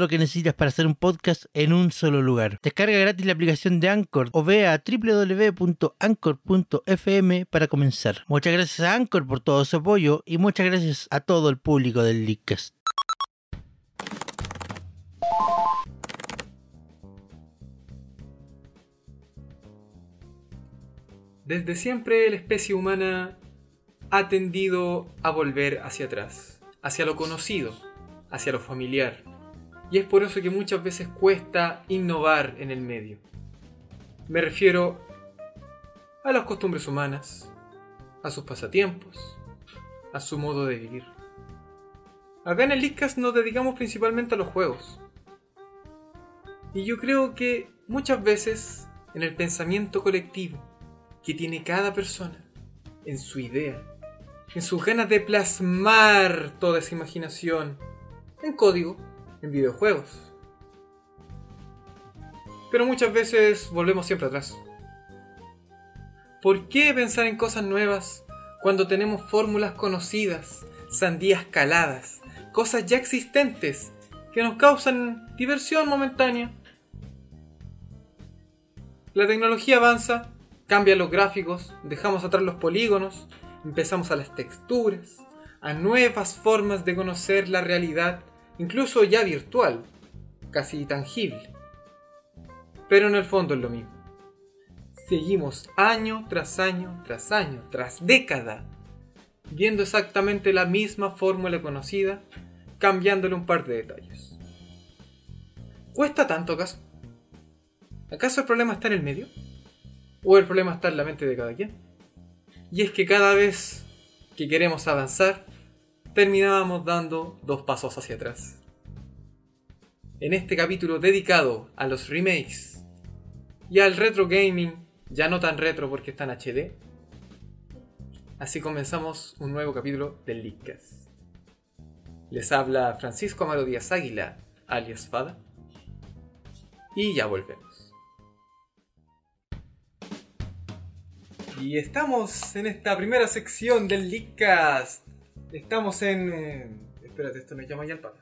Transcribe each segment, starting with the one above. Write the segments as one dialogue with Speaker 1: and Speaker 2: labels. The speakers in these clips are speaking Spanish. Speaker 1: lo que necesitas para hacer un podcast en un solo lugar. Descarga gratis la aplicación de Anchor o ve a www.anchor.fm para comenzar. Muchas gracias a Anchor por todo su apoyo y muchas gracias a todo el público del Leadcast.
Speaker 2: Desde siempre la especie humana ha tendido a volver hacia atrás, hacia lo conocido, hacia lo familiar. Y es por eso que muchas veces cuesta innovar en el medio. Me refiero a las costumbres humanas, a sus pasatiempos, a su modo de vivir. Acá en el Leadcast nos dedicamos principalmente a los juegos. Y yo creo que muchas veces en el pensamiento colectivo que tiene cada persona, en su idea, en sus ganas de plasmar toda esa imaginación, en código, en videojuegos. Pero muchas veces volvemos siempre atrás. ¿Por qué pensar en cosas nuevas cuando tenemos fórmulas conocidas, sandías caladas, cosas ya existentes que nos causan diversión momentánea? La tecnología avanza, cambia los gráficos, dejamos atrás los polígonos, empezamos a las texturas, a nuevas formas de conocer la realidad, incluso ya virtual, casi tangible. Pero en el fondo es lo mismo. Seguimos año tras año, tras año, tras década, viendo exactamente la misma fórmula conocida, cambiándole un par de detalles. ¿Cuesta tanto acaso? ¿Acaso el problema está en el medio? ¿O el problema está en la mente de cada quien? Y es que cada vez que queremos avanzar, terminábamos dando dos pasos hacia atrás. En este capítulo dedicado a los remakes y al retro gaming, ya no tan retro porque está en HD, así comenzamos un nuevo capítulo del Leadcast. Les habla Francisco Amaro Díaz Águila, alias Fada, y ya volvemos. Y estamos en esta primera sección del Leakcast. Estamos en. eh, espérate, esto me llama ya el pata.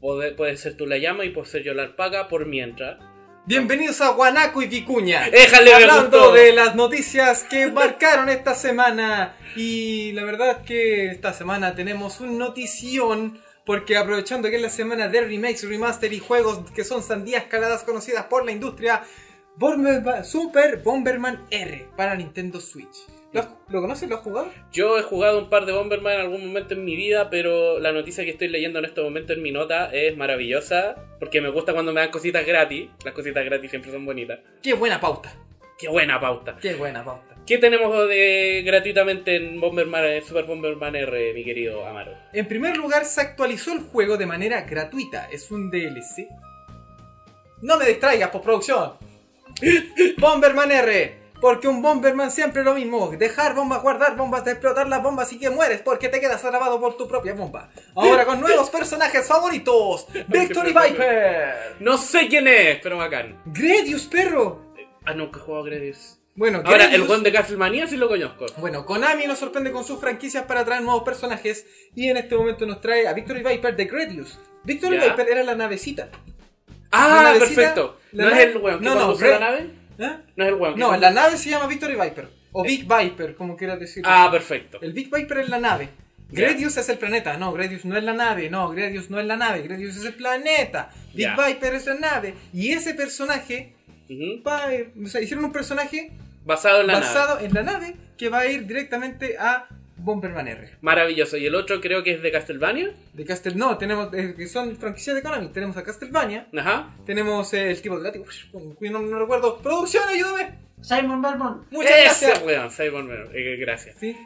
Speaker 3: Puede, puede ser tú la llama y puede ser yo la alpaca por mientras.
Speaker 2: Bienvenidos a Guanaco y Vicuña.
Speaker 3: Déjale, me
Speaker 2: Hablando
Speaker 3: gustó.
Speaker 2: de las noticias que marcaron esta semana. Y la verdad que esta semana tenemos un notición. Porque aprovechando que es la semana de remakes, remaster y juegos que son sandías caladas conocidas por la industria, Bomberman- Super Bomberman R para Nintendo Switch. ¿Lo, lo conoces? ¿Lo has jugado?
Speaker 3: Yo he jugado un par de Bomberman en algún momento en mi vida, pero la noticia que estoy leyendo en este momento en mi nota es maravillosa, porque me gusta cuando me dan cositas gratis. Las cositas gratis siempre son bonitas.
Speaker 2: Qué buena pauta.
Speaker 3: ¡Qué buena pauta!
Speaker 2: Qué buena pauta.
Speaker 3: ¿Qué tenemos de gratuitamente en Bomberman, en Super Bomberman R, mi querido Amaro?
Speaker 2: En primer lugar, se actualizó el juego de manera gratuita. Es un DLC. No me distraigas, postproducción. Bomberman R. Porque un Bomberman siempre es lo mismo. Dejar bombas, guardar bombas, explotar las bombas y que mueres porque te quedas atrapado por tu propia bomba. Ahora con nuevos personajes favoritos. Victory Viper.
Speaker 3: No sé quién es, pero bacán.
Speaker 2: Gradius, perro.
Speaker 3: Ah, nunca he jugado a Gradius.
Speaker 2: Bueno,
Speaker 3: Ahora, el
Speaker 2: Gradius-
Speaker 3: one de Castlemania sí lo conozco.
Speaker 2: Bueno, Konami nos sorprende con sus franquicias para traer nuevos personajes y en este momento nos trae a Victory Viper de Gradius. Victory
Speaker 3: Ya.
Speaker 2: Viper era la navecita. La
Speaker 3: Ah,
Speaker 2: navecita,
Speaker 3: perfecto.
Speaker 2: la
Speaker 3: ¿No es
Speaker 2: nave-
Speaker 3: el weón que
Speaker 2: no, no,
Speaker 3: conduce
Speaker 2: Red-
Speaker 3: la nave?
Speaker 2: ¿Eh?
Speaker 3: No es el weón. que
Speaker 2: No,
Speaker 3: conduce-
Speaker 2: la nave se llama Victory Viper o Big Viper, como quieras decirlo.
Speaker 3: Eh. Ah, perfecto.
Speaker 2: El Big Viper es la nave.
Speaker 3: Ya.
Speaker 2: Gradius es el planeta. No, Gradius no es la nave. No, Gradius no es la nave. Gradius es el planeta. Big
Speaker 3: Ya.
Speaker 2: Viper es la nave. Y ese personaje
Speaker 3: Ujú.
Speaker 2: va a ir- o sea, hicieron un personaje
Speaker 3: Basado en la nave.
Speaker 2: basado en la nave que va a ir directamente a Bomberman R.
Speaker 3: Maravilloso. Y el otro creo que es de Castlevania.
Speaker 2: De Castel... No, tenemos... eh, que son franquicias de Konami. Tenemos a Castlevania.
Speaker 3: Ajá.
Speaker 2: Tenemos eh, el tipo de látigo. uf, con- No, no recuerdo. ¡Producción, ayúdame!
Speaker 4: Simon Belmont.
Speaker 2: Muchas
Speaker 3: Ese,
Speaker 2: gracias.
Speaker 3: weón, Simon Belmont. Eh, gracias.
Speaker 2: Sí.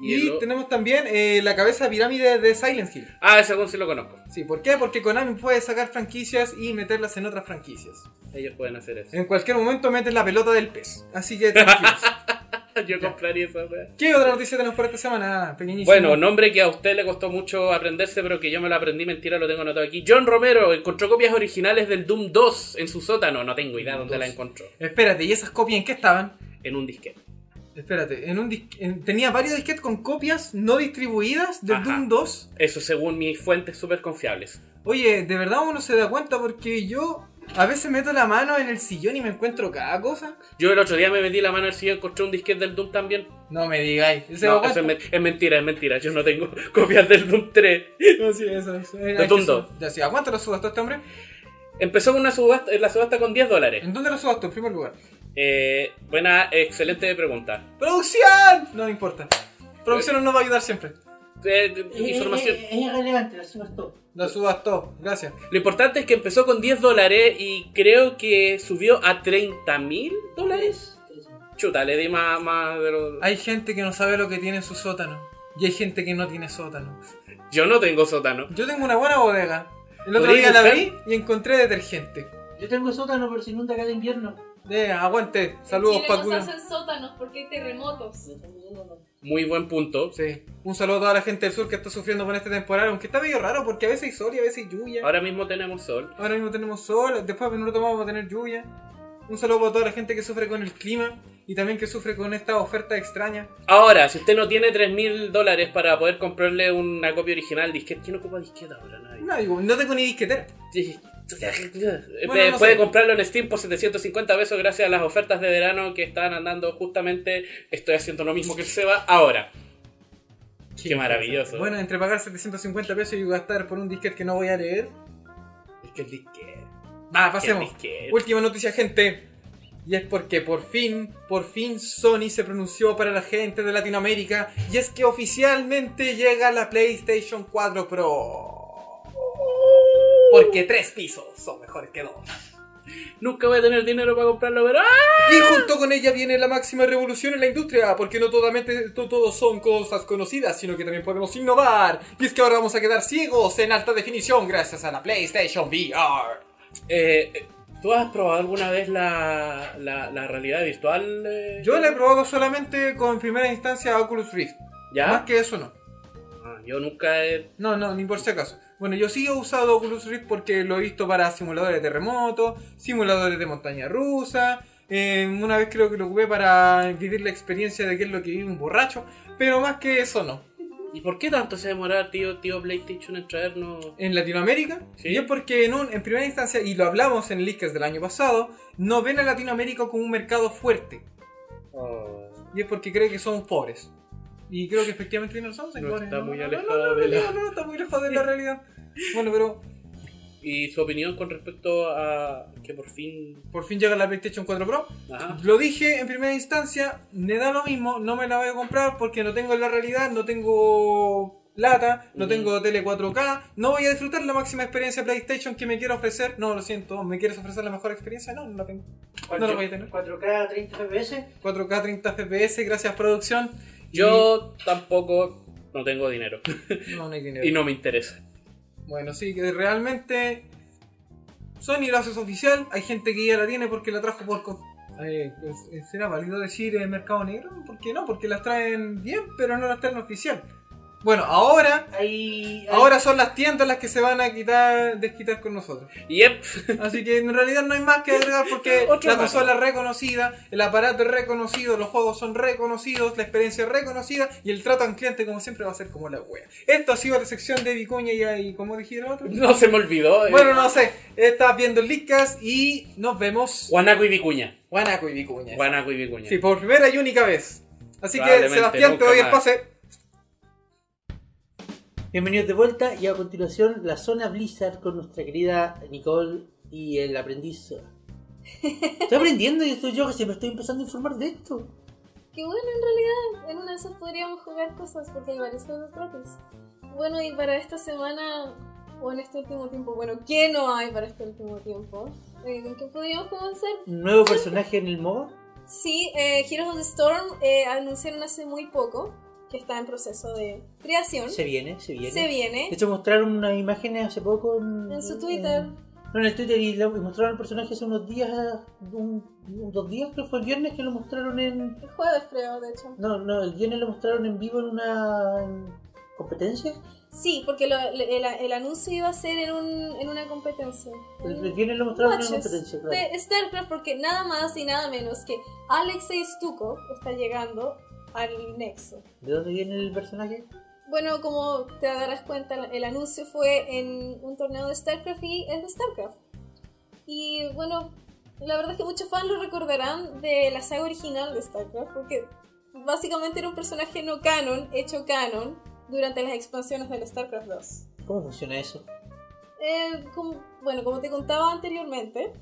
Speaker 3: Y
Speaker 2: Y,
Speaker 3: el o-
Speaker 2: tenemos también eh, la cabeza de pirámide de Silent Hill.
Speaker 3: Ah, ese weón sí lo conozco.
Speaker 2: Sí, ¿por qué? Porque Konami puede sacar franquicias y meterlas en otras franquicias.
Speaker 3: Ellos pueden hacer eso.
Speaker 2: En cualquier momento meten la pelota del pez. Así que tranquilos.
Speaker 3: Yo compraría esa weón.
Speaker 2: ¿Qué otra noticia tenemos para esta semana? Pequeñísimo.
Speaker 3: Bueno, nombre que a usted le costó mucho aprenderse, pero que yo me lo aprendí, mentira, lo tengo anotado aquí. John Romero encontró copias originales del Doom 2 en su sótano. No tengo idea
Speaker 2: Doom
Speaker 3: dónde
Speaker 2: 2.
Speaker 3: la encontró.
Speaker 2: Espérate, ¿y esas copias en qué estaban?
Speaker 3: En un disquete.
Speaker 2: Espérate, en un dis- en- tenía varios disquetes con copias no distribuidas del
Speaker 3: Ajá.
Speaker 2: Doom 2.
Speaker 3: Eso según mis fuentes súper confiables.
Speaker 2: Oye, de verdad uno se da cuenta porque yo a veces meto la mano en el sillón y me encuentro cada cosa.
Speaker 3: Yo el otro día me metí la mano al sillón y encontré un disquete del Doom también.
Speaker 2: No me digáis. ¿Se
Speaker 3: No,
Speaker 2: da
Speaker 3: eso es,
Speaker 2: cuenta?
Speaker 3: men- es mentira, es mentira. Yo no tengo copias del Doom 3.
Speaker 2: No, sí, eso, eso. Eh,
Speaker 3: Del
Speaker 2: hay
Speaker 3: Doom
Speaker 2: que
Speaker 3: 2.
Speaker 2: sub- Ya, sí, ¿A cuánto lo subastó este hombre?
Speaker 3: Empezó con una subasta, la subasta con 10 dólares.
Speaker 2: ¿En dónde lo subastó en primer lugar?
Speaker 3: Eh, buena, excelente pregunta.
Speaker 2: ¡Producción! No, no importa. Producción nos va a ayudar siempre.
Speaker 3: Eh,
Speaker 4: Eh,
Speaker 3: información.
Speaker 4: eh, Es irrelevante, lo subastó.
Speaker 2: Lo subastó, gracias.
Speaker 3: Lo importante es que empezó con 10 dólares y creo que subió a 30 mil dólares. Chuta, le di más, más de lo...
Speaker 2: Hay gente que no sabe lo que tiene en su sótano. Y hay gente que no tiene sótano.
Speaker 3: Yo no tengo sótano.
Speaker 2: Yo tengo una buena bodega. El otro
Speaker 3: ¿Podría
Speaker 2: día la
Speaker 3: buscar?
Speaker 2: vi y encontré detergente.
Speaker 4: Yo tengo sótano, pero se inunda cada invierno.
Speaker 2: Eh, aguante.
Speaker 5: En
Speaker 2: Saludos,
Speaker 5: Chile
Speaker 2: Paco.
Speaker 5: no se hacen sótanos porque hay terremotos.
Speaker 3: Muy buen punto.
Speaker 2: Sí. Un saludo a toda la gente del sur que está sufriendo con esta temporada, aunque está medio raro porque a veces hay sol y a veces hay lluvia.
Speaker 3: Ahora mismo tenemos sol.
Speaker 2: Ahora mismo tenemos sol, después en un rato más vamos a tener lluvia. Un saludo para toda la gente que sufre con el clima y también que sufre con esta oferta extraña.
Speaker 3: Ahora, si usted no tiene 3 mil dólares para poder comprarle una copia original disquete, ¿quién ocupa disquete ahora? Nadie.
Speaker 2: No, digo, no tengo ni disquetera.
Speaker 3: Sí.
Speaker 2: Bueno, no
Speaker 3: puede
Speaker 2: sé.
Speaker 3: comprarlo en Steam por 750 pesos gracias a las ofertas de verano que están andando justamente. Estoy haciendo lo mismo que el Seba ahora. Qué maravilloso.
Speaker 2: Bueno, entre pagar 750 pesos y gastar por un disquete que no voy a leer. Es que el disquete. Va, pasemos.
Speaker 3: Disquete.
Speaker 2: Última noticia, gente. Y es porque por fin, por fin Sony se pronunció para la gente de Latinoamérica. Y es que oficialmente llega la PlayStation 4 Pro. Porque tres pisos son mejores que dos.
Speaker 3: Nunca voy a tener dinero para comprarlo, pero ¡ah!
Speaker 2: Y junto con ella viene la máxima revolución en la industria, porque no totalmente to- todos son cosas conocidas, sino que también podemos innovar. Y es que ahora vamos a quedar ciegos en alta definición gracias a la PlayStation VR.
Speaker 3: Eh, eh, ¿Tú has probado alguna vez la, la, la realidad virtual? eh?
Speaker 2: Yo la he probado solamente con primera instancia Oculus Rift. Más
Speaker 3: ¿Ya?
Speaker 2: que eso no.
Speaker 3: Ah, yo nunca he...
Speaker 2: No, no, ni por si acaso. Bueno, yo sí he usado Oculus Rift porque lo he visto para simuladores de terremotos, simuladores de montaña rusa. eh, una vez creo que lo ocupé para vivir la experiencia de qué es lo que vive un borracho, pero más que eso no.
Speaker 3: ¿Y por qué tanto se demora, tío, tío PlayStation en traernos...?
Speaker 2: en Latinoamérica.
Speaker 3: Sí.
Speaker 2: Y es porque en, un- en primera instancia, y lo hablamos en el Leakers del año pasado, no ven a Latinoamérica como un mercado fuerte.
Speaker 3: Oh,
Speaker 2: Y es porque creen que somos pobres. Y creo que efectivamente no somos
Speaker 3: No
Speaker 2: pobres.
Speaker 3: está muy
Speaker 2: no, no,
Speaker 3: alejado
Speaker 2: no, no,
Speaker 3: de la-
Speaker 2: no, no, no, está muy alejado de la realidad. Bueno, pero
Speaker 3: ¿Y su opinión con respecto a que por fin...
Speaker 2: por fin llega la PlayStation 4 Pro.
Speaker 3: Ajá.
Speaker 2: Lo dije en primera instancia, me da lo mismo, no me la voy a comprar porque no tengo la realidad, no tengo lata, no
Speaker 3: Ujú.
Speaker 2: tengo tele 4K, no voy a disfrutar la máxima experiencia PlayStation que me quiero ofrecer. No, lo siento, ¿me quieres ofrecer la mejor experiencia? No, no la tengo. No lo voy a tener.
Speaker 4: 4K 30 FPS.
Speaker 2: 4K 30 FPS, gracias producción.
Speaker 3: Yo tampoco no tengo dinero.
Speaker 2: Y- No, no hay dinero.
Speaker 3: Y no me interesa.
Speaker 2: Bueno, sí, que realmente Sony lo hace oficial, hay gente que ya la tiene porque la trajo por... con- Eh, ¿es- ¿Será válido decir eh, mercado negro? ¿Por qué no? Porque las traen bien, pero no las traen oficial. Bueno, ahora,
Speaker 4: Hay, hay-
Speaker 2: ahora son las tiendas las que se van a quitar, desquitar con nosotros.
Speaker 3: Yep.
Speaker 2: Así que en realidad no hay más que agregar porque
Speaker 3: Otro
Speaker 2: la
Speaker 3: dato.
Speaker 2: consola es reconocida, el aparato es reconocido, los juegos son reconocidos, la experiencia es reconocida y el trato al cliente como siempre va a ser como la wea. Esto ha sido la sección de Vicuña y, ahí, como dije el otro.
Speaker 3: No se me olvidó. eh.
Speaker 2: Bueno, no sé. Estás viendo el Leadcast y nos vemos.
Speaker 3: Guanaco y Vicuña.
Speaker 2: Guanaco y Vicuña.
Speaker 3: Guanaco y Vicuña.
Speaker 2: Sí, por primera y única vez. Así que,
Speaker 3: Probablemente,
Speaker 2: Sebastián, te
Speaker 3: nunca
Speaker 2: doy el
Speaker 3: más.
Speaker 2: pase.
Speaker 4: Bienvenidos de vuelta y a continuación la zona Blizzard con nuestra querida Nicole y el aprendiz. Estoy aprendiendo y estoy yo que se me estoy empezando a informar de esto.
Speaker 5: Que bueno, en realidad, en una de esas podríamos jugar cosas porque hay varios juegos gratis. Bueno, y para esta semana, o en este último tiempo, bueno, ¿qué no hay para este último tiempo? Eh, ¿Con qué podríamos comenzar?
Speaker 4: Nuevo personaje en el MOBA.
Speaker 5: Sí, eh, Heroes of the Storm eh, anunciaron hace muy poco que está en proceso de creación.
Speaker 4: Se viene, se viene.
Speaker 5: Se
Speaker 4: De
Speaker 5: viene.
Speaker 4: hecho, mostraron unas imágenes hace poco en,
Speaker 5: En su Twitter.
Speaker 4: no, en el Twitter y, lo- y mostraron el personaje hace unos días, un- un- dos días, creo que fue el viernes que lo mostraron en.
Speaker 5: El jueves creo, de hecho.
Speaker 4: No, no, el viernes lo mostraron en vivo en una competencia.
Speaker 5: Sí, porque lo- le- el, el anuncio iba a ser en, un, en una competencia.
Speaker 4: El, el viernes lo mostraron en una
Speaker 5: Watches
Speaker 4: competencia, claro.
Speaker 5: de StarCraft porque nada más y nada menos que Alexei Stukov está llegando al Nexo.
Speaker 4: ¿De dónde viene el personaje?
Speaker 5: Bueno, como te darás cuenta, el anuncio fue en un torneo de StarCraft y es de StarCraft. Y bueno, la verdad es que muchos fans lo recordarán de la saga original de StarCraft porque básicamente era un personaje no canon, hecho canon, durante las expansiones del StarCraft 2.
Speaker 4: ¿Cómo funciona eso?
Speaker 5: Eh, como- bueno, como te contaba anteriormente,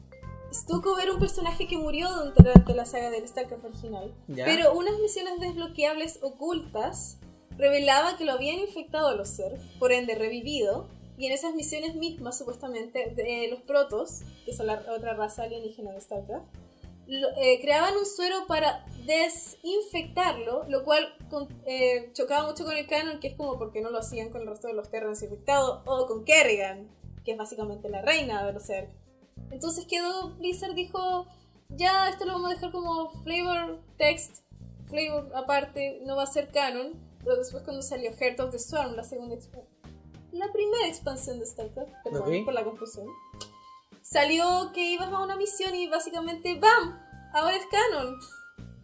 Speaker 5: Stukov era un personaje que murió durante la saga del StarCraft original.
Speaker 4: ¿Ya?
Speaker 5: Pero unas misiones desbloqueables ocultas revelaba que lo habían infectado a los Zerg, por ende revivido, y en esas misiones mismas, supuestamente, de, los protos, que son la otra raza alienígena de StarCraft, lo- eh, creaban un suero para desinfectarlo, lo cual con- eh, chocaba mucho con el canon, que es como porque no lo hacían con el resto de los Terrans infectados, o con Kerrigan, que es básicamente la reina de los Zerg. Entonces quedó, Blizzard dijo, ya esto lo vamos a dejar como flavor text, flavor aparte, no va a ser canon. Pero después cuando salió Heart of the Storm, la segunda exp- la primera expansión de StarCraft, perdón
Speaker 4: Ok.
Speaker 5: por la confusión, salió que ibas a una misión y básicamente ¡bam! Ahora es canon.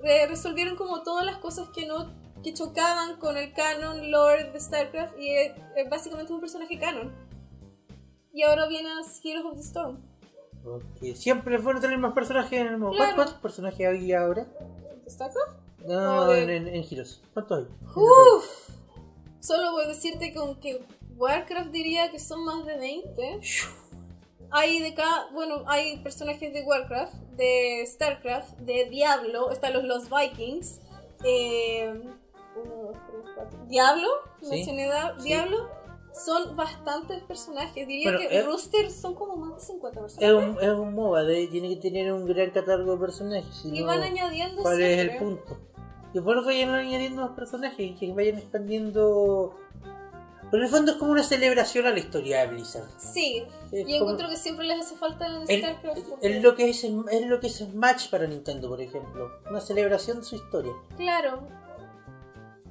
Speaker 5: Re- resolvieron como todas las cosas que no que chocaban con el canon lore de StarCraft y eh, eh, básicamente es un personaje canon. Y ahora viene a Heroes of the Storm.
Speaker 4: Porque siempre es bueno tener más personajes en el mundo.
Speaker 5: Claro.
Speaker 4: ¿Cuántos personajes hay ahora?
Speaker 5: ¿StarCraft?
Speaker 4: No,
Speaker 5: Joder.
Speaker 4: en, en, en Heroes. ¿Cuántos hay?
Speaker 5: eh. Uf. Solo voy a decirte con que Warcraft diría que son más de 20. Hay de cada, bueno, hay personajes de Warcraft, de StarCraft, de Diablo, están los, los Vikings, eh, uno, dos, tres, cuatro. Diablo,
Speaker 4: Sí,
Speaker 5: mencioné da-
Speaker 4: sí.
Speaker 5: Diablo, son bastantes personajes, diría
Speaker 4: Pero
Speaker 5: que
Speaker 4: es-
Speaker 5: Rooster son como más de 50 personajes.
Speaker 4: Es un, es un MOBA, de- tiene que tener un gran catálogo de personajes. si
Speaker 5: y
Speaker 4: no,
Speaker 5: van añadiendo
Speaker 4: ¿Cuál es el
Speaker 5: siempre.
Speaker 4: punto? Y es bueno que vayan añadiendo más personajes y que vayan expandiendo. Pero en el fondo es como una celebración a la historia de Blizzard.
Speaker 5: Sí,
Speaker 4: Es
Speaker 5: y
Speaker 4: como-
Speaker 5: encuentro que siempre les hace falta en
Speaker 4: Es-
Speaker 5: StarCraft. porque-
Speaker 4: es lo que es, es lo que es Smash para Nintendo, por ejemplo. Una celebración de su historia.
Speaker 5: Claro.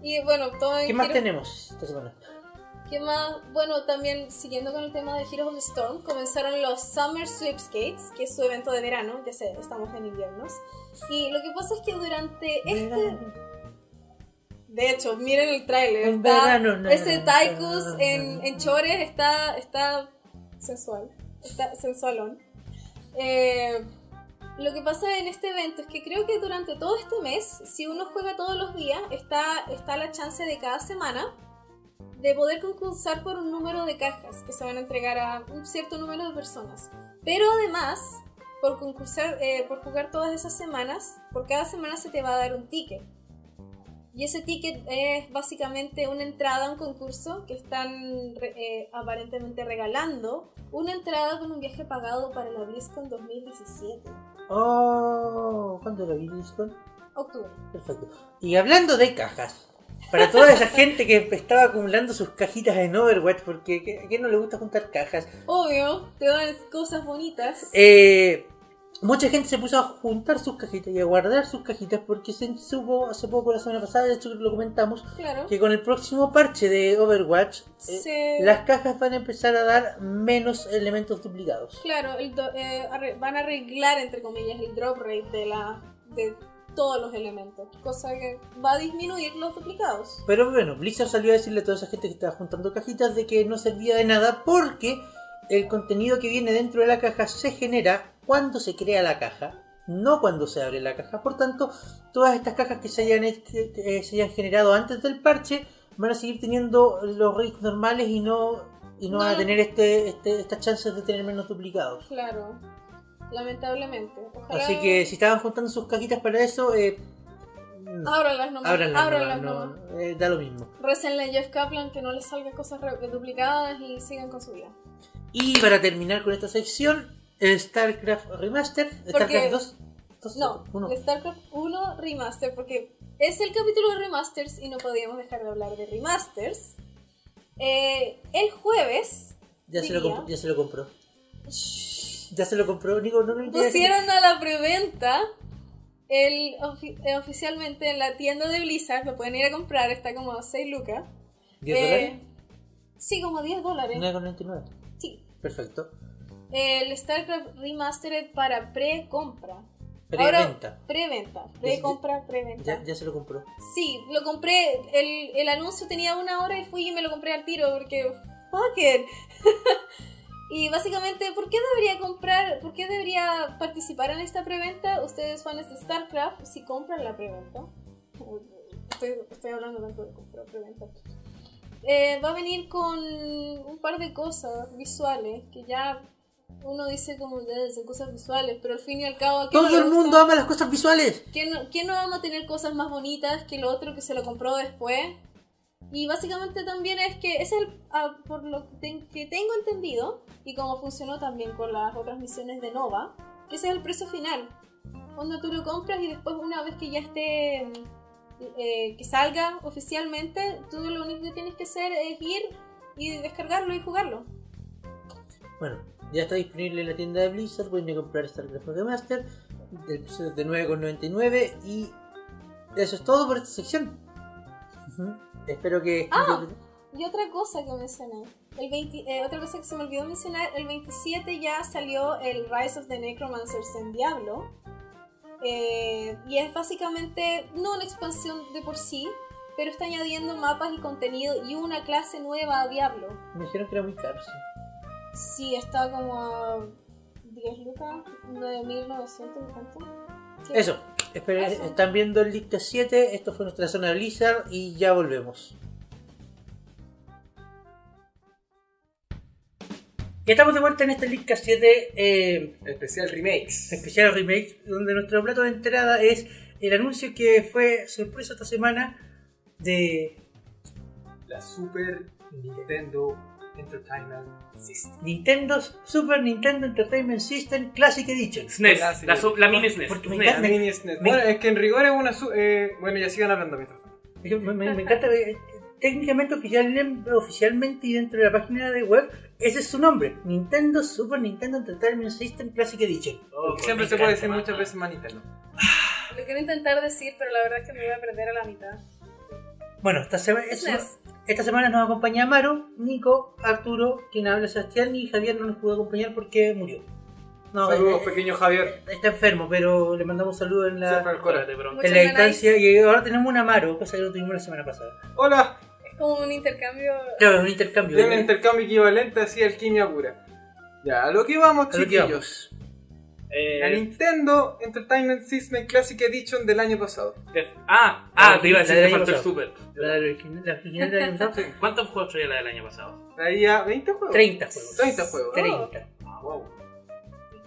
Speaker 5: Y bueno, todo en
Speaker 4: ¿Qué más
Speaker 5: Heroes-
Speaker 4: tenemos esta semana?
Speaker 5: ¿Qué más? Bueno, también siguiendo con el tema de Heroes of the Storm, comenzaron los Summer Sweepskates, que es su evento de verano, ya sé, estamos en inviernos. Y lo que pasa es que durante este...
Speaker 4: Verano.
Speaker 5: De hecho, miren el tráiler,
Speaker 4: En
Speaker 5: está...
Speaker 4: verano, no,
Speaker 5: ese
Speaker 4: no,
Speaker 5: Taikus
Speaker 4: no, no,
Speaker 5: en,
Speaker 4: no.
Speaker 5: en chores está, está sensual, está sensualón. Eh, lo que pasa en este evento es que creo que durante todo este mes, si uno juega todos los días, está, está la chance de cada semana de poder concursar por un número de cajas que se van a entregar a un cierto número de personas. Pero además, por concursar, eh, por jugar todas esas semanas, por cada semana se te va a dar un ticket. Y ese ticket es básicamente una entrada a un concurso que están re- eh, aparentemente regalando. Una entrada con un viaje pagado para la BlizzCon 2017.
Speaker 4: Oh, ¿cuándo lo vi, Blizzcon?
Speaker 5: Octubre.
Speaker 4: Perfecto. Y hablando de cajas, para toda esa gente que estaba acumulando sus cajitas en Overwatch, porque ¿qué- ¿a quién no le gusta juntar cajas?
Speaker 5: Obvio, te dan cosas bonitas.
Speaker 4: Eh, mucha gente se puso a juntar sus cajitas y a guardar sus cajitas porque se supo hace poco, la semana pasada, de hecho lo comentamos,
Speaker 5: claro.
Speaker 4: que con el próximo parche de Overwatch, eh,
Speaker 5: Se-
Speaker 4: las cajas van a empezar a dar menos elementos duplicados.
Speaker 5: Claro, el do- eh, arre- van a arreglar, entre comillas, el drop rate de, la, de todos los elementos. Cosa que va a disminuir los duplicados.
Speaker 4: Pero bueno, Blizzard salió a decirle a toda esa gente que estaba juntando cajitas de que no servía de nada porque el contenido que viene dentro de la caja se genera cuando se crea la caja, no cuando se abre la caja. Por tanto, todas estas cajas que se hayan, hecho- que se hayan generado antes del parche van a seguir teniendo los rates normales y no, y no van a
Speaker 5: No.
Speaker 4: tener este, este- estas chances de tener menos duplicados.
Speaker 5: Claro. Lamentablemente. Ojalá-
Speaker 4: Así que si estaban juntando sus cajitas para eso, eh, no,
Speaker 5: Ábranlas nomás.
Speaker 4: ábranlas,
Speaker 5: ábranlas
Speaker 4: no,
Speaker 5: nomás.
Speaker 4: no, eh, da lo mismo.
Speaker 5: Récenle a Jeff Kaplan que no les salgan cosas re- duplicadas y sigan con su vida.
Speaker 4: Y para terminar con esta sección, el StarCraft Remaster,
Speaker 5: Porque-
Speaker 4: StarCraft 2. Entonces,
Speaker 5: No,
Speaker 4: uno-
Speaker 5: de StarCraft 1 Remaster, porque es el capítulo de remasters y no podíamos dejar de hablar de remasters. Eh, el jueves
Speaker 4: ya, se lo
Speaker 5: diría-
Speaker 4: comp- ya se lo compró. Ya se lo compró, Nico, no lo
Speaker 5: pusieron a la preventa el ofi- eh, oficialmente en la tienda de Blizzard. Lo pueden ir a comprar, está como a 6 lucas.
Speaker 4: ¿10
Speaker 5: Eh,
Speaker 4: dólares?
Speaker 5: Sí, como 10 dólares.
Speaker 4: 9,99.
Speaker 5: Sí.
Speaker 4: Perfecto.
Speaker 5: El StarCraft Remastered para pre-compra.
Speaker 4: Preventa.
Speaker 5: Ahora, Preventa. Pre-compra, preventa.
Speaker 4: Ya, ya se lo compró.
Speaker 5: Sí, lo compré. El, el anuncio tenía una hora y fui y me lo compré al tiro porque. ¡Fuck it! y básicamente, ¿por qué debería comprar? ¿Por qué debería participar en esta preventa? Ustedes, fans de StarCraft, si compran la preventa. Estoy, estoy hablando tanto de comprar preventa. Eh, va a venir con un par de cosas visuales que ya uno dice como "Ya, son cosas visuales, pero al fin y al cabo. ¿a quién no
Speaker 4: ¡Todo
Speaker 5: le
Speaker 4: el
Speaker 5: gusta?
Speaker 4: mundo ama las cosas visuales!
Speaker 5: ¿Quién no, quién no vamos a tener cosas más bonitas que lo otro que se lo compró después? Y básicamente también es que es el, ah, por lo que ten- que tengo entendido, y como funcionó también con las otras misiones de Nova, que ese es el precio final. Cuando tú lo compras y después una vez que ya esté, mm, eh, que salga oficialmente, tú lo único que tienes que hacer es ir y descargarlo y jugarlo.
Speaker 4: Bueno, ya está disponible en la tienda de Blizzard. Pueden ir a comprar StarCraft Remaster. El precio es de 9,99. Y eso es todo por esta sección. Ujú. Espero que.
Speaker 5: Ah. Y otra cosa que mencioné, el 20 eh, otra cosa que se me olvidó mencionar, el 27 ya salió el Rise of the Necromancers en Diablo. Eh, y es básicamente no una expansión de por sí, pero está añadiendo mapas y contenido y una clase nueva a Diablo.
Speaker 4: Me dijeron que era muy caro. sí.
Speaker 5: Sí, está como a 10 lucas, 9900 y cuánto. ¿Qué?
Speaker 4: Eso. Espera,
Speaker 5: Eso.
Speaker 4: están viendo el Dicta 7. Esto fue nuestra zona de Blizzard. Y ya volvemos. Ya estamos de vuelta en este Licta 7. eh,
Speaker 2: Especial remakes.
Speaker 4: especial remake, donde nuestro plato de entrada es el anuncio que fue sorpresa esta semana de
Speaker 2: La Super Nintendo Entertainment System.
Speaker 4: Nintendo's Super Nintendo Entertainment System Classic Edition.
Speaker 3: SNES,
Speaker 2: Ah, sí.
Speaker 3: la, su- la mini SNES.
Speaker 4: Porque me
Speaker 3: SNES.
Speaker 4: encanta.
Speaker 2: Mini SNES.
Speaker 4: me-
Speaker 2: Bueno, es que en rigor es una. su- eh, bueno, ya sigan hablando mientras tanto.
Speaker 4: Me, me- me encanta, eh, técnicamente oficial- oficialmente y dentro de la página de web, ese es su nombre, Nintendo Super Nintendo Entertainment System Classic Edition.
Speaker 3: Oh,
Speaker 2: Siempre
Speaker 3: me
Speaker 2: se puede
Speaker 3: encanta,
Speaker 2: decir
Speaker 3: man.
Speaker 2: muchas veces manita, ¿no?
Speaker 5: Lo quiero intentar decir, pero la verdad es que me voy a perder a la mitad.
Speaker 4: Bueno, esta, sema- es-
Speaker 5: SNES.
Speaker 4: esta semana nos acompaña Amaro, Nico, Arturo, quien habla Sebastián y Javier no nos pudo acompañar porque murió. No,
Speaker 2: Saludos,
Speaker 4: eh,
Speaker 2: pequeño Javier.
Speaker 4: Está enfermo, pero le mandamos saludos en la,
Speaker 2: Siempre al corazón.
Speaker 3: Espérate, perdón.
Speaker 5: Mucho
Speaker 4: en la
Speaker 5: me
Speaker 4: distancia.
Speaker 5: nice.
Speaker 4: Y ahora tenemos un amaro, cosa que no tuvimos la semana pasada.
Speaker 2: Hola,
Speaker 5: Es como un intercambio.
Speaker 4: Claro, es un intercambio.
Speaker 2: de un
Speaker 4: ¿eh?
Speaker 2: intercambio equivalente así alquimia pura. Ya, a lo que vamos,
Speaker 4: A lo que
Speaker 2: chiquillos.
Speaker 4: vamos.
Speaker 3: Eh,
Speaker 2: La Nintendo Entertainment System Classic Edition del año pasado.
Speaker 3: Def- ah, ah,
Speaker 4: La
Speaker 3: te iba a decir
Speaker 4: del
Speaker 3: Te
Speaker 4: año
Speaker 3: faltó el
Speaker 4: pasado.
Speaker 3: Super.
Speaker 4: La original- la original de la Nintendo,
Speaker 3: ¿Cuántos juegos traía la del año pasado?
Speaker 2: Traía 20 juegos.
Speaker 4: 30 juegos.
Speaker 2: 30 juegos. Oh.
Speaker 4: 30.
Speaker 2: Ah, Wow.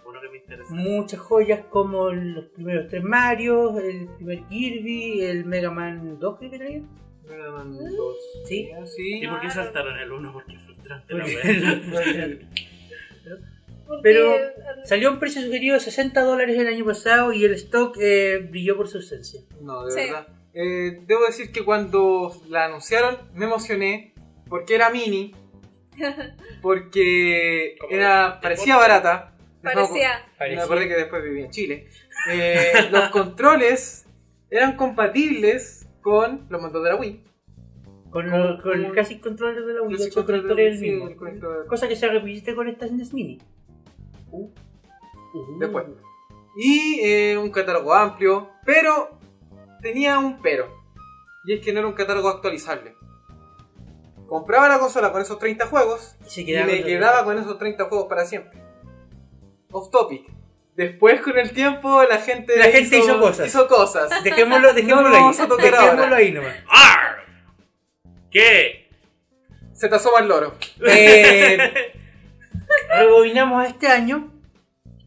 Speaker 3: Uno que me interesa.
Speaker 4: Muchas joyas como los primeros tres Marios, el primer Kirby, el Mega Man 2 creo que traía.
Speaker 2: Mega Man 2.
Speaker 4: Sí.
Speaker 2: ¿Ah, Sí.
Speaker 3: ¿Y por qué saltaron el uno? Porque es frustrante la wea.
Speaker 4: Porque-
Speaker 5: Porque,
Speaker 4: Pero- Salió a un precio sugerido de 60 dólares el año pasado y el stock eh, brilló por su ausencia.
Speaker 2: No, de
Speaker 5: Sí.
Speaker 2: verdad. Eh, debo decir que cuando la anunciaron me emocioné porque era mini, porque
Speaker 3: Como
Speaker 2: era
Speaker 3: de-
Speaker 2: parecía
Speaker 3: de-
Speaker 2: barata.
Speaker 5: parecía.
Speaker 2: Me acordé que después viví en Chile. Eh, los controles eran compatibles con los mandos de la Wii.
Speaker 4: Con,
Speaker 2: Como-
Speaker 4: los- con el
Speaker 2: como-
Speaker 4: casi control de la Wii,
Speaker 2: Los
Speaker 4: los
Speaker 2: controles de-
Speaker 4: controles
Speaker 2: sí,
Speaker 4: del mismo.
Speaker 2: el control.
Speaker 4: Cosa que se repite con esta SNES Mini. Uh.
Speaker 2: Después. Y eh, un catálogo amplio, pero tenía un pero. Y es que no era un catálogo actualizable. Compraba la consola con esos 30 juegos
Speaker 4: Y se
Speaker 2: y
Speaker 4: quedaba
Speaker 2: me
Speaker 4: con-
Speaker 2: quedaba con esos 30 juegos para siempre. Off topic. Después con el tiempo la gente,
Speaker 4: La gente hizo cosas.
Speaker 2: hizo cosas.
Speaker 4: Dejémoslo, dejémoslo ahí.
Speaker 2: vamos a tocar
Speaker 4: dejémoslo
Speaker 2: ahora.
Speaker 4: ahí nomás.
Speaker 3: ¡Arr! ¿Qué?
Speaker 2: Se te asoma el loro.
Speaker 4: Eh, rebobinamos este año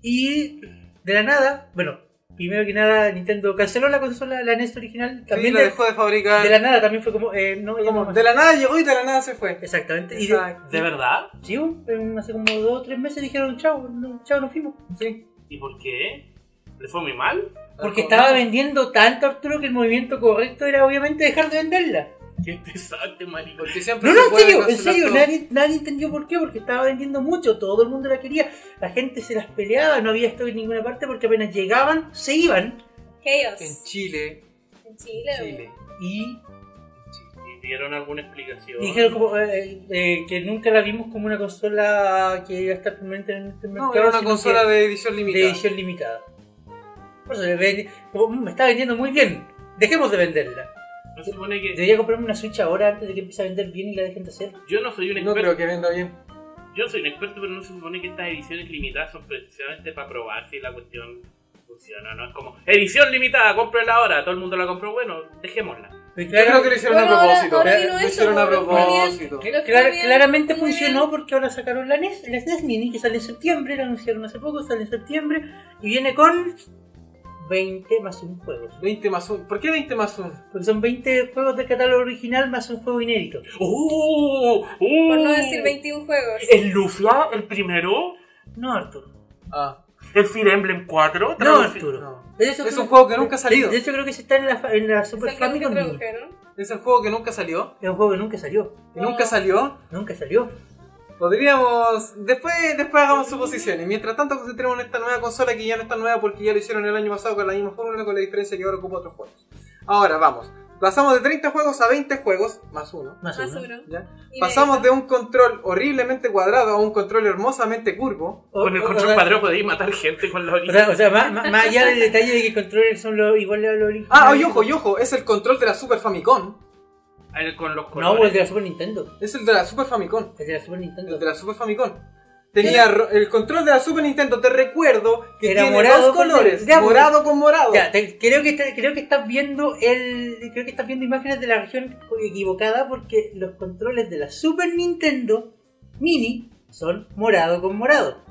Speaker 4: y de la nada, bueno, primero que nada Nintendo canceló la consola, la NES original,
Speaker 2: También
Speaker 4: también
Speaker 2: la
Speaker 4: de,
Speaker 2: dejó de fabricar.
Speaker 4: de la nada, también fue como, eh, no,
Speaker 2: Fue
Speaker 4: ya
Speaker 2: como,
Speaker 4: no más.
Speaker 2: de la nada llegó y de la nada se fue.
Speaker 4: Exactamente. Y de-
Speaker 2: Exacto.
Speaker 3: ¿De verdad?
Speaker 4: sí, en hace como dos o tres meses dijeron, chao, no, chao, nos fuimos.
Speaker 2: Sí.
Speaker 3: ¿Y por qué? ¿Le fue muy mal?
Speaker 4: Porque
Speaker 2: Con-
Speaker 4: estaba vendiendo tanto Arturo que el movimiento correcto era obviamente dejar de venderla.
Speaker 3: Qué pesante, marico.
Speaker 2: Porque siempre
Speaker 4: No, no,
Speaker 2: se
Speaker 4: en
Speaker 2: puede
Speaker 4: serio, en
Speaker 2: cancelar
Speaker 4: serio,
Speaker 2: todo.
Speaker 4: nadie, nadie entendió por qué, porque estaba vendiendo mucho, todo el mundo la quería, la gente se las peleaba, no había estado en ninguna parte porque apenas llegaban, se iban
Speaker 5: Chaos.
Speaker 2: En Chile,
Speaker 5: En Chile.
Speaker 2: Chile.
Speaker 4: y
Speaker 3: ¿Y dieron alguna explicación?
Speaker 4: dijeron como, eh, eh, que nunca la vimos como una consola que iba a estar permanente en el
Speaker 2: No,
Speaker 4: mercado.
Speaker 2: era una
Speaker 4: sino
Speaker 2: consola
Speaker 4: que
Speaker 2: de edición limitada.
Speaker 4: de edición limitada. Por eso, le ven- como, "Mm, me está vendiendo muy bien, dejemos de venderla.
Speaker 3: No se supone que...
Speaker 4: Debería comprarme una Switch ahora antes de que empiece a vender bien y la dejen de hacer.
Speaker 3: Yo no soy un
Speaker 2: No
Speaker 3: experto.
Speaker 2: creo que venda bien.
Speaker 3: Yo soy un experto, pero no se supone que estas ediciones limitadas son precisamente para probar si la cuestión funciona. No es como, edición limitada, cómprala ahora. Todo el mundo la compró, bueno, dejémosla.
Speaker 4: Porque
Speaker 2: Yo creo
Speaker 4: claro,
Speaker 2: que lo hicieron
Speaker 5: Bueno,
Speaker 2: a
Speaker 5: ahora-
Speaker 2: propósito.
Speaker 5: ahora vino
Speaker 2: Lo
Speaker 5: eso,
Speaker 2: hicieron a
Speaker 5: como lo fue bien.
Speaker 2: propósito.
Speaker 4: Cla-
Speaker 5: Fue bien,
Speaker 4: claramente
Speaker 5: fue bien.
Speaker 4: funcionó porque ahora sacaron la NES, la NES Mini que sale en septiembre, la anunciaron hace poco, sale en septiembre y viene con 20 más un juego.
Speaker 2: 20 más 1. ¿Por qué 20 más 1?
Speaker 4: Porque son 20 juegos del catálogo original más un juego inédito.
Speaker 3: ¡Uh! ¡Uh!
Speaker 5: Por no decir 21 juegos.
Speaker 3: ¿El Lufia, el primero?
Speaker 4: No, Arturo.
Speaker 2: Ah,
Speaker 3: ¿El Fire Emblem 4?
Speaker 4: No,
Speaker 3: Traduci-
Speaker 4: Arturo.
Speaker 2: no.
Speaker 4: De hecho,
Speaker 2: Es
Speaker 4: creo-
Speaker 2: un juego que nunca ha salido.
Speaker 4: De hecho, creo que se está en la, fa- en la Super
Speaker 5: Es el que
Speaker 4: Famicom Mini.
Speaker 5: tradujeron.
Speaker 2: Es el juego que nunca salió.
Speaker 4: Es un juego que nunca salió.
Speaker 2: Y nunca salió.
Speaker 4: Nunca salió.
Speaker 2: Podríamos. Después, después hagamos suposiciones. Mientras tanto, concentremos en esta nueva consola que ya no está nueva porque ya lo hicieron el año pasado con la misma fórmula, con la diferencia que ahora ocupa otros juegos. Ahora, vamos. Pasamos de 30 juegos a 20 juegos, más uno.
Speaker 4: Más,
Speaker 5: Más
Speaker 4: uno.
Speaker 5: uno.
Speaker 2: ¿ya?
Speaker 5: Y
Speaker 2: Pasamos
Speaker 5: Vegeta.
Speaker 2: de un control horriblemente cuadrado a un control hermosamente curvo.
Speaker 4: O-
Speaker 3: Con el
Speaker 4: o-
Speaker 3: control
Speaker 4: o-
Speaker 3: cuadrado podéis matar gente con la
Speaker 4: O
Speaker 3: orilla.
Speaker 4: sea, o sea, más, más- más allá del detalle de que controles son los iguales a los originales.
Speaker 2: Ah, y ojo, y ojo, es el control de la Super Famicom.
Speaker 3: Ahí Con los
Speaker 4: No, o el
Speaker 3: colores.
Speaker 4: de la Super Nintendo.
Speaker 2: Es el de la Super Famicom.
Speaker 4: El de la Super Nintendo.
Speaker 2: El de la Super Famicom. Tenía ro- el control de la Super Nintendo, te recuerdo que
Speaker 4: Era
Speaker 2: tiene
Speaker 4: morado
Speaker 2: dos
Speaker 4: con-
Speaker 2: colores,
Speaker 4: de amor.
Speaker 2: morado con morado.
Speaker 4: Ya, te- creo que te- creo que estás viendo el creo que estás viendo imágenes de la región equivocada porque los controles de la Super Nintendo Mini son morado con morado.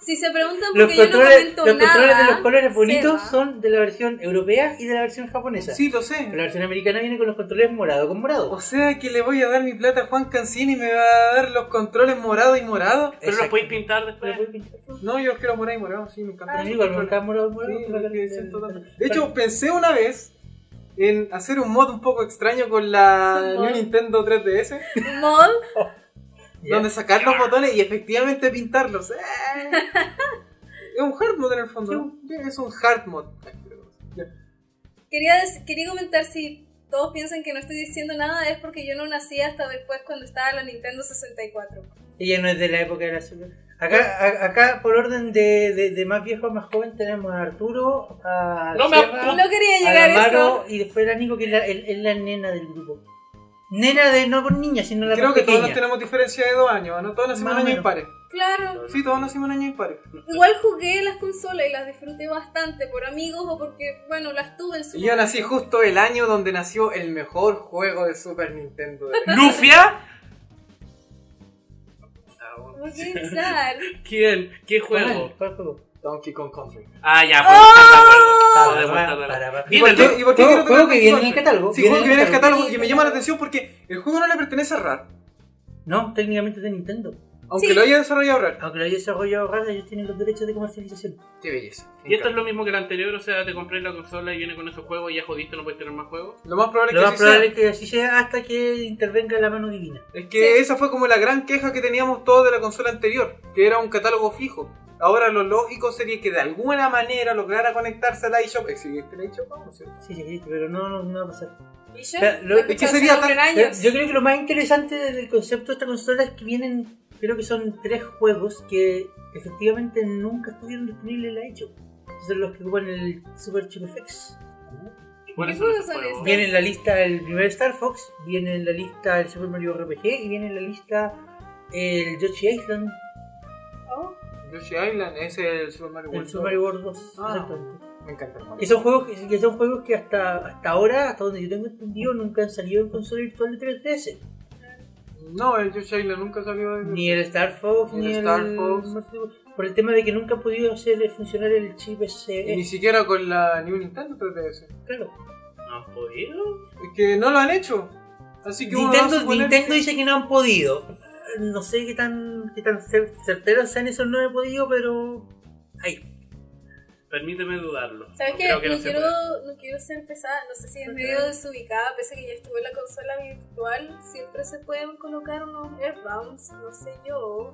Speaker 5: Si se preguntan por
Speaker 4: Los
Speaker 5: qué yo no
Speaker 4: controles,
Speaker 5: comento
Speaker 4: los
Speaker 5: nada.
Speaker 4: controles de los colores bonitos
Speaker 5: Seba.
Speaker 4: son de la versión europea y de la versión japonesa.
Speaker 2: Sí, lo
Speaker 4: Pero La
Speaker 2: sé.
Speaker 4: versión americana viene con los controles morado con morado.
Speaker 2: O sea que le voy a dar mi plata a Juan Cancini y me va a dar los controles morado y morado.
Speaker 3: Pero los
Speaker 4: Exacto.
Speaker 3: podéis pintar
Speaker 4: Pero
Speaker 3: después.
Speaker 4: puedes pintar.
Speaker 2: No, yo los quiero morado y morado, Ah, sí, me encanta.
Speaker 4: Pero Ah, igual, cuando está morado con morado,
Speaker 2: Sí,
Speaker 4: te va a
Speaker 2: porque
Speaker 4: quedar-
Speaker 2: siento
Speaker 4: te-
Speaker 2: tanto.
Speaker 4: te-
Speaker 2: De hecho, pensé una vez en hacer un mod un poco extraño con la
Speaker 5: ¿Un mod?
Speaker 2: New Nintendo 3DS,
Speaker 5: Un mod.
Speaker 4: Ya.
Speaker 2: donde sacar los botones y efectivamente pintarlos. ¡Eh! es un hard mod en el fondo. ¿no? Es un hard mod. Ya.
Speaker 5: Quería, des- quería comentar si todos piensan que no estoy diciendo nada es porque yo no nací hasta después cuando estaba la Nintendo 64.
Speaker 4: Ella no es de la época de la Super. Acá, a- acá por orden de, de- de más viejo a más joven, tenemos a Arturo, a.
Speaker 3: No me
Speaker 4: Seba,
Speaker 3: apures.
Speaker 5: No quería
Speaker 4: Ah, a
Speaker 5: llegar
Speaker 4: la
Speaker 5: a eso.
Speaker 4: Maro, y después la Nico, que es la, el- es la nena del grupo. Nena de no por niña, sino la
Speaker 2: Creo
Speaker 4: más
Speaker 2: que
Speaker 4: pequeña.
Speaker 2: todos nos tenemos diferencia de dos años, ¿no? Todos nacimos
Speaker 4: Más
Speaker 2: en
Speaker 4: o
Speaker 2: años
Speaker 4: menos.
Speaker 2: impares.
Speaker 5: Claro.
Speaker 2: Sí, todos nacimos en años impares.
Speaker 5: Igual jugué las consolas y las disfruté bastante por amigos o porque, bueno, las tuve en su
Speaker 2: Y yo
Speaker 5: momento.
Speaker 2: nací justo el año donde nació el mejor juego de Super Nintendo.
Speaker 3: ¿Lufia?
Speaker 5: ¿Por qué pensar?
Speaker 3: ¿Quién? ¿Qué
Speaker 4: ¿Cuál?
Speaker 3: juego?
Speaker 4: ¿Cuál juego?
Speaker 2: Donkey Kong Country.
Speaker 3: Ah, ya, pues. está de acuerdo. Está de
Speaker 4: Para,
Speaker 3: acuerdo, está de
Speaker 4: para, para.
Speaker 3: acuerdo.
Speaker 2: ¿Y por qué, y por qué
Speaker 4: Juego-
Speaker 2: quiero tocar
Speaker 4: juego que
Speaker 2: Donkey
Speaker 4: viene
Speaker 2: Kong?
Speaker 4: en el catálogo,
Speaker 2: Sí,
Speaker 4: viene
Speaker 2: juego que
Speaker 4: en el
Speaker 2: viene en el
Speaker 5: catálogo.
Speaker 2: catálogo y me llama la atención porque el juego no le pertenece a RAR.
Speaker 4: No, técnicamente es de Nintendo.
Speaker 2: Aunque
Speaker 5: Sí.
Speaker 2: lo haya desarrollado RAR.
Speaker 4: Aunque lo haya desarrollado Rara, ellos tienen los derechos de comercialización.
Speaker 2: Qué belleza. Me
Speaker 3: Y esto es
Speaker 2: encanta.
Speaker 3: lo mismo que el anterior, o sea, te compré la consola y viene con esos juegos y ya jodiste, no puedes tener más juegos.
Speaker 2: Lo más probable,
Speaker 4: Lo
Speaker 2: que
Speaker 4: más
Speaker 2: sí
Speaker 4: probable es que así sea hasta que intervenga la mano divina.
Speaker 2: sea. es que esa fue como la gran queja que teníamos todos de la consola anterior, que era un catálogo fijo. Ahora lo lógico sería que de alguna manera lograra conectarse al iShop. ¿Existe el iShop? No, no es cierto.
Speaker 4: Sí, sí, sí, pero no, no, no va a pasar.
Speaker 5: Y yo,
Speaker 4: Pero lo-
Speaker 5: lo he
Speaker 2: es que
Speaker 5: escuchado
Speaker 2: sería
Speaker 5: hace
Speaker 2: tan-
Speaker 5: años.
Speaker 4: Yo creo que lo más interesante del concepto de esta consola es que vienen, creo que son tres juegos que efectivamente nunca estuvieron disponibles en la hecho. Son los que ocupan el Super Chip FX.
Speaker 3: ¿Y ¿Cuáles
Speaker 5: ¿Qué
Speaker 3: son
Speaker 5: juegos
Speaker 3: esos
Speaker 5: son
Speaker 3: juegos?
Speaker 5: esos?
Speaker 4: Viene en la lista el primer Star Fox, viene en la lista el Super Mario RPG y viene en la lista el Yoshi Island,
Speaker 5: Oh,
Speaker 2: Yoshi Island es el Super Mario
Speaker 4: el
Speaker 2: World.
Speaker 4: Super Mario World 2.
Speaker 2: Ah.
Speaker 4: exactamente.
Speaker 2: Me encanta el
Speaker 4: Que
Speaker 2: Mario.
Speaker 4: son juegos que, que son juegos que hasta, hasta ahora, hasta donde yo tengo entendido, nunca han salido en consola virtual de 3DS.
Speaker 2: No, el Yoshi Island nunca salió de...
Speaker 4: Ni el Star Fox,
Speaker 2: Ni
Speaker 4: ni
Speaker 2: el
Speaker 4: el,
Speaker 2: Star Fox.
Speaker 4: Por el tema de que nunca ha podido hacer funcionar el chip
Speaker 2: Y
Speaker 4: ese.
Speaker 2: ni siquiera con la New Nintendo 3DS.
Speaker 4: Claro.
Speaker 3: ¿No has podido?
Speaker 2: Es que no lo han hecho. Así que uno va a
Speaker 4: Nintendo,
Speaker 2: suponer
Speaker 4: Nintendo
Speaker 2: que-
Speaker 4: dice que no han podido. No sé qué tan, qué tan cer- certeros sean esos no he podido, pero
Speaker 2: Ahí.
Speaker 3: Permíteme dudarlo.
Speaker 5: ¿Sabes
Speaker 3: No
Speaker 5: qué?
Speaker 3: creo que no
Speaker 5: no,
Speaker 3: se
Speaker 5: quiero,
Speaker 3: pueda.
Speaker 5: no quiero ser pesada, no sé si en
Speaker 2: Ujú.
Speaker 5: medio desubicada, pese a que ya estuve en la consola virtual, siempre se pueden colocar unos airbounds, no sé yo.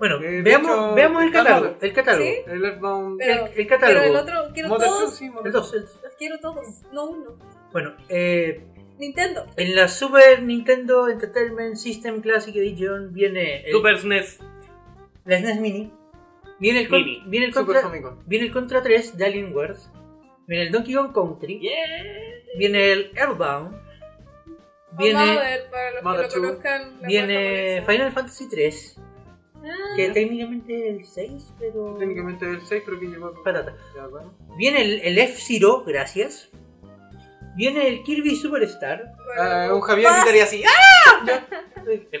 Speaker 4: Bueno,
Speaker 2: Eh, de
Speaker 4: veamos,
Speaker 2: hecho,
Speaker 4: veamos el
Speaker 2: está
Speaker 4: catálogo.
Speaker 2: mal.
Speaker 4: El catálogo.
Speaker 5: ¿Sí?
Speaker 2: El Earthbound.
Speaker 5: Pero-
Speaker 4: el, el
Speaker 5: Pero el
Speaker 4: catálogo.
Speaker 5: otro, quiero
Speaker 2: Modern
Speaker 5: todos,
Speaker 2: Sun, sí, Modern
Speaker 4: El dos, el-
Speaker 5: los quiero todos, no uno.
Speaker 4: bueno, eh,
Speaker 5: Nintendo,
Speaker 4: en la Super Nintendo Entertainment System Classic Edition viene el,
Speaker 3: Super SNES.
Speaker 4: la SNES Mini. Viene el,
Speaker 3: Mini.
Speaker 4: Viene el
Speaker 2: Sun, Super
Speaker 4: contra,
Speaker 2: Famicom.
Speaker 4: viene el Contra 3 de Alienware. Viene el Donkey Kong Country. Viene el Airbound.
Speaker 5: vamos a
Speaker 4: Viene,
Speaker 5: ver, para los
Speaker 2: Mother
Speaker 5: que
Speaker 2: Two.
Speaker 5: lo conozcan. la
Speaker 4: viene
Speaker 5: cual
Speaker 4: Final Fantasy 3.
Speaker 5: japonesa.
Speaker 4: Que
Speaker 5: Ah,
Speaker 4: técnicamente es el 6, pero.
Speaker 2: Técnicamente es el 6, pero que llegó a-
Speaker 4: Patata.
Speaker 2: Ya, bueno.
Speaker 4: Viene el, el F-Zero, gracias. Viene el Kirby Superstar.
Speaker 2: Ah,
Speaker 5: bueno.
Speaker 2: un Javier
Speaker 5: Ah,
Speaker 2: gritaría así.
Speaker 3: El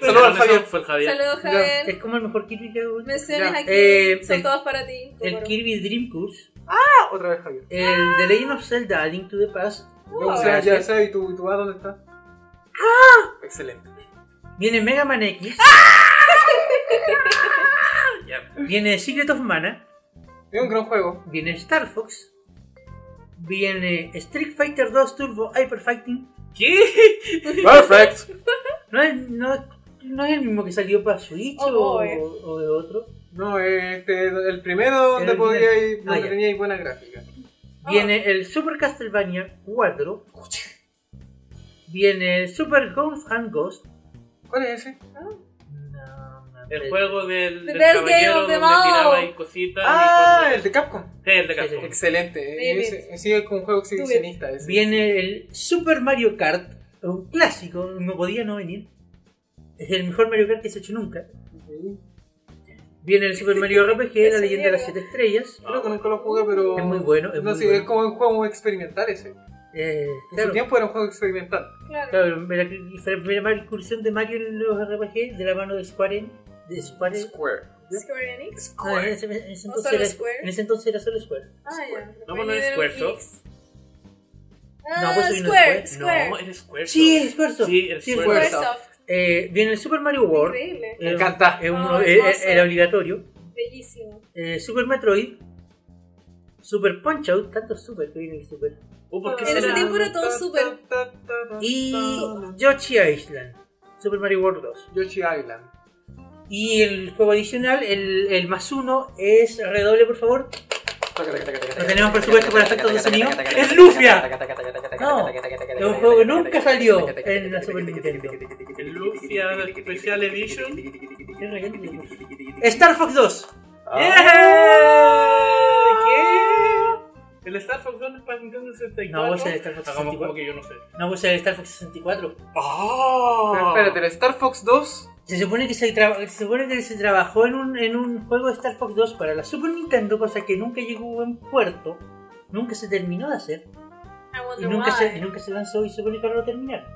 Speaker 2: Saludos
Speaker 3: Saludos
Speaker 2: al Javier.
Speaker 3: Fue el Javier.
Speaker 5: Saludos,
Speaker 2: Ya,
Speaker 5: Javier.
Speaker 4: Es como el mejor Kirby que hago.
Speaker 5: Menciones
Speaker 2: ya,
Speaker 5: aquí,
Speaker 4: eh,
Speaker 5: son
Speaker 4: el-
Speaker 5: todos para ti.
Speaker 4: El
Speaker 5: Kokoro.
Speaker 4: Kirby Dream Course.
Speaker 2: ¡Ah! Otra vez Javier.
Speaker 4: El The Legend of Zelda, A Link to the Past.
Speaker 2: O sea, ya sabes, ¿y tú, y tú vas dónde está? ¡Ah! Excelente.
Speaker 4: Viene Mega Man X.
Speaker 3: Ya.
Speaker 4: Viene Secret of Mana.
Speaker 2: Es un gran juego.
Speaker 4: Viene Star Fox. Viene Street Fighter 2 Turbo Hyper Fighting.
Speaker 3: ¿Qué?
Speaker 2: Perfect.
Speaker 4: No es, no, no es el mismo que salió para Switch
Speaker 5: Oh,
Speaker 4: o,
Speaker 5: boy.
Speaker 4: o de otro.
Speaker 2: No, este, el primero donde
Speaker 4: El
Speaker 2: podía
Speaker 4: primero.
Speaker 2: ir, donde
Speaker 4: Ah, ya.
Speaker 2: tenía buena gráfica.
Speaker 4: Viene
Speaker 3: Oh.
Speaker 4: el Super Castlevania 4. Viene el Super Ghost and Ghost.
Speaker 2: ¿Cuál es ese?
Speaker 4: No, no,
Speaker 3: El
Speaker 4: no.
Speaker 3: juego del, del
Speaker 5: Best
Speaker 3: caballero
Speaker 5: Game of
Speaker 3: donde
Speaker 5: the
Speaker 3: tiraba
Speaker 5: Mall.
Speaker 3: ahí cositas. y
Speaker 2: Ah,
Speaker 3: cuando-
Speaker 2: el de Capcom.
Speaker 3: Sí, el de Capcom.
Speaker 2: Excelente. eh,
Speaker 5: David.
Speaker 2: Ese, sí, es como un juego exhibicionista. Ese.
Speaker 4: Viene el Super Mario Kart, un clásico, no podía no venir. Es el mejor Mario Kart que se ha hecho nunca.
Speaker 2: Sí.
Speaker 4: Viene el Super Mario RPG, la
Speaker 5: Eso
Speaker 4: leyenda de las
Speaker 5: llega.
Speaker 4: 7 estrellas.
Speaker 2: Creo que nunca lo jugué, pero.
Speaker 4: Es muy bueno, es
Speaker 2: no,
Speaker 4: muy
Speaker 2: sí,
Speaker 4: bueno.
Speaker 2: es como un juego experimental ese.
Speaker 4: Eh,
Speaker 2: En su
Speaker 4: claro,
Speaker 2: tiempo era un juego experimental.
Speaker 5: Claro.
Speaker 4: claro, la, la primera incursión de Mario en los RPG de la mano de Square Enix. De Square Enix.
Speaker 2: Square.
Speaker 5: Square Enix.
Speaker 4: Ah, en, ese, en ese
Speaker 5: ¿O
Speaker 4: entonces
Speaker 5: solo
Speaker 4: era,
Speaker 5: Square?
Speaker 4: en ese entonces era solo Square.
Speaker 5: Ah, ya.
Speaker 3: No, pues no
Speaker 5: Reunion
Speaker 3: es Squaresoft.
Speaker 5: Enix. Ah,
Speaker 4: pues soy una
Speaker 5: Square, Square.
Speaker 3: No, el Square.
Speaker 4: Sí, el esfuerzo.
Speaker 3: Sí, el
Speaker 4: es
Speaker 3: Square.
Speaker 5: Squaresoft.
Speaker 4: Eh, viene el Super Mario World. Eh,
Speaker 5: Increíble.
Speaker 2: Me encanta.
Speaker 4: es uno-
Speaker 5: Ah,
Speaker 4: eh, eh,
Speaker 5: hermoso.
Speaker 4: era obligatorio.
Speaker 5: Bellísimo.
Speaker 4: Eh, Super Metroid, Super Punch Out, tanto Super que viene el Super,
Speaker 3: Uh, ¿por qué
Speaker 5: En ese
Speaker 3: será?
Speaker 5: tiempo era todo súper.
Speaker 4: y Yoshi Island, Super Mario World 2.
Speaker 2: Yoshi Island.
Speaker 4: Y el juego adicional, el, el más uno, es redoble por favor.
Speaker 6: No tenemos presupuesto para efectos de sonido. ¡Es Lufia!
Speaker 4: No,
Speaker 6: es un juego que nunca salió en la Super Nintendo.
Speaker 3: El Lufia Special Edition.
Speaker 4: Star Fox 2.
Speaker 3: ¡Yeah! ¿Qué? El Star Fox 2 es para Nintendo 64.
Speaker 4: No, vos el Star Fox
Speaker 3: Hagamos Ah, como
Speaker 4: 64.
Speaker 3: que yo no sé.
Speaker 4: No, vos el Star Fox 64.
Speaker 2: Pero
Speaker 3: ¡Oh!
Speaker 2: espérate, el Star Fox 2.
Speaker 4: Se supone que se, traba- se supone que se trabajó en un, en un juego de Star Fox 2 para la Super Nintendo, cosa que nunca llegó en puerto, nunca se terminó de hacer
Speaker 5: I
Speaker 4: y
Speaker 5: wonder
Speaker 4: nunca se, y
Speaker 5: why.
Speaker 4: nunca se lanzó y se supone que ahora lo terminar.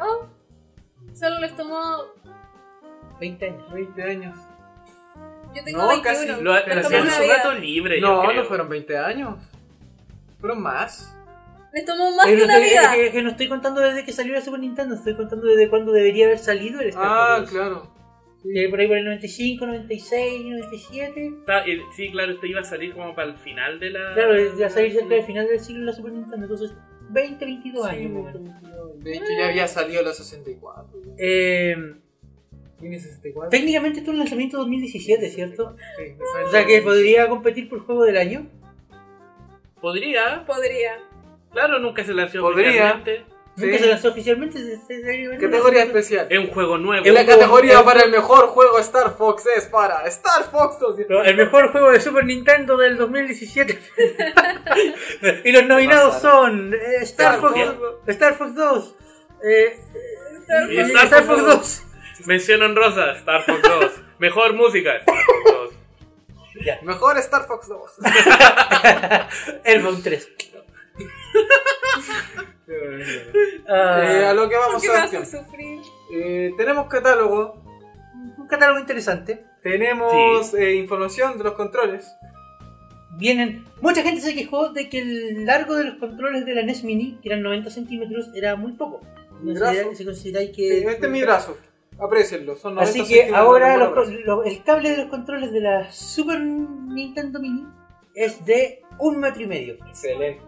Speaker 5: Oh, solo les tomó.
Speaker 4: 20 años.
Speaker 2: 20 años.
Speaker 5: Yo tengo
Speaker 2: No,
Speaker 5: 21.
Speaker 2: casi
Speaker 3: Lo
Speaker 5: les
Speaker 2: pero hacían
Speaker 5: tomó
Speaker 3: hacían
Speaker 5: una
Speaker 3: su
Speaker 5: vida.
Speaker 3: rato libre. yo
Speaker 2: No,
Speaker 3: creo.
Speaker 2: no fueron 20 años. Fueron más.
Speaker 5: Les tomó más
Speaker 4: Pero
Speaker 5: que una
Speaker 4: estoy-
Speaker 5: vida.
Speaker 4: Que, que no estoy contando desde que salió la Super Nintendo, estoy contando desde cuándo debería haber salido el Star
Speaker 2: Ah,
Speaker 4: Fox 2.
Speaker 2: claro.
Speaker 4: Que por ahí por el 95, 96, 97.
Speaker 3: Está- eh, Sí, claro, este iba a salir como para el final de la.
Speaker 4: Claro, ya salir cerca del final del siglo de la Super Nintendo, entonces 20, 22 años. más o menos.
Speaker 2: De hecho, ya había salido la 64. ya.
Speaker 4: Eh,
Speaker 2: ¿Tiene 64?
Speaker 4: técnicamente esto es un lanzamiento 2017, ¿cierto?
Speaker 2: Sí,
Speaker 4: O sea que podría competir por juego del año.
Speaker 3: Podría.
Speaker 5: Podría.
Speaker 3: Claro, nunca se lanzó
Speaker 2: Podría.
Speaker 3: oficialmente.
Speaker 4: Nunca
Speaker 2: Sí.
Speaker 4: se lanzó oficialmente. se- se- se-
Speaker 2: Categoría especial.
Speaker 3: Es un juego nuevo.
Speaker 4: Es
Speaker 2: En
Speaker 4: un
Speaker 2: la
Speaker 4: juego- es
Speaker 2: categoría
Speaker 4: un
Speaker 2: para el
Speaker 4: juego-
Speaker 2: mejor juego Star Fox es para Star Fox 2.
Speaker 4: Pero El mejor juego de Super Nintendo del 2017. y los nominados son eh, Star,
Speaker 2: Star
Speaker 4: Fox,
Speaker 2: Fox.
Speaker 4: Star Fox 2. eh,
Speaker 5: Star
Speaker 4: eh,
Speaker 3: Fox.
Speaker 4: Star Fox 2.
Speaker 3: Mención honrosa, Star Fox 2. Mejor música, Star Fox 2.
Speaker 2: Mejor Star Fox 2.
Speaker 4: Elbow 3.
Speaker 2: Eh, a
Speaker 4: Ah,
Speaker 2: lo que
Speaker 5: ¿Por
Speaker 2: vamos,
Speaker 5: qué me
Speaker 2: Sebastián.
Speaker 5: hacen sufrir?
Speaker 2: Eh, tenemos catálogo,
Speaker 4: un catálogo interesante.
Speaker 2: tenemos eh, información de los controles.
Speaker 4: Vienen. Mucha gente se quejó de que el largo de los controles de la E NES Mini, que eran 90 centímetros, era muy poco.
Speaker 2: Mi
Speaker 4: Considera-
Speaker 2: brazo.
Speaker 4: Si consideráis
Speaker 2: Sí,
Speaker 4: que.
Speaker 2: Eh, este es mi brazo. Aprecienlo, son 90
Speaker 4: Así que
Speaker 2: centímetros
Speaker 4: ahora
Speaker 2: de
Speaker 4: los
Speaker 2: mono.
Speaker 4: con- lo- el cable de los controles de la Super Nintendo Mini es de un metro y medio.
Speaker 2: Excelente.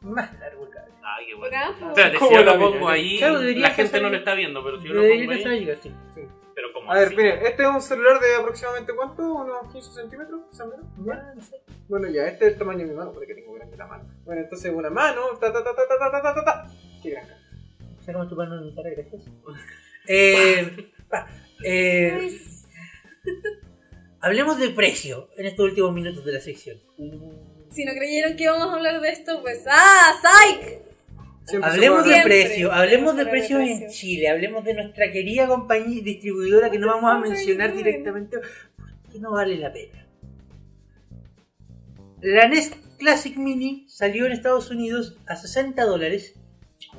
Speaker 4: Más largo el cable.
Speaker 3: Ay, qué bueno.
Speaker 5: Bravo.
Speaker 3: Espérate, si
Speaker 2: ¿Cómo
Speaker 3: yo
Speaker 2: la
Speaker 3: lo
Speaker 2: vi?
Speaker 3: pongo ahí,
Speaker 4: Claro, debería
Speaker 3: la gente
Speaker 4: pasar
Speaker 3: no
Speaker 4: ahí.
Speaker 3: lo está viendo, pero si yo lo
Speaker 4: Debería
Speaker 3: pongo
Speaker 4: empezar a
Speaker 3: ahí,
Speaker 4: llegar, sí.
Speaker 2: Sí.
Speaker 3: pero como
Speaker 2: A ver,
Speaker 3: así.
Speaker 2: miren, este es un celular de aproximadamente cuánto, unos 15 centímetros, quizás menos.
Speaker 4: Ya, no sé.
Speaker 2: Bueno, ya, este es el tamaño de mi mano, porque tengo grande la mano. Bueno, entonces una mano, ta ta ta ta ta ta ta ta ta, ta. Qué gran caja.
Speaker 4: Sé cómo tu mano en mi cara, gracias. Eh, pa, eh,
Speaker 5: Pues,
Speaker 4: hablemos del precio en estos últimos minutos de la sección.
Speaker 5: Si no creyeron que íbamos a hablar de esto, pues ¡ah, psych!
Speaker 2: Siempre se
Speaker 4: Hablemos
Speaker 2: puede
Speaker 4: del
Speaker 2: hablar.
Speaker 5: Siempre.
Speaker 4: precio, hablemos de
Speaker 5: Hablar de
Speaker 4: precios en
Speaker 5: precio.
Speaker 4: Chile, hablemos de nuestra querida compañía distribuidora que no vamos a
Speaker 5: Ay,
Speaker 4: mencionar
Speaker 5: bueno.
Speaker 4: directamente porque no vale la pena. La NES Classic Mini salió en Estados Unidos a 60 dólares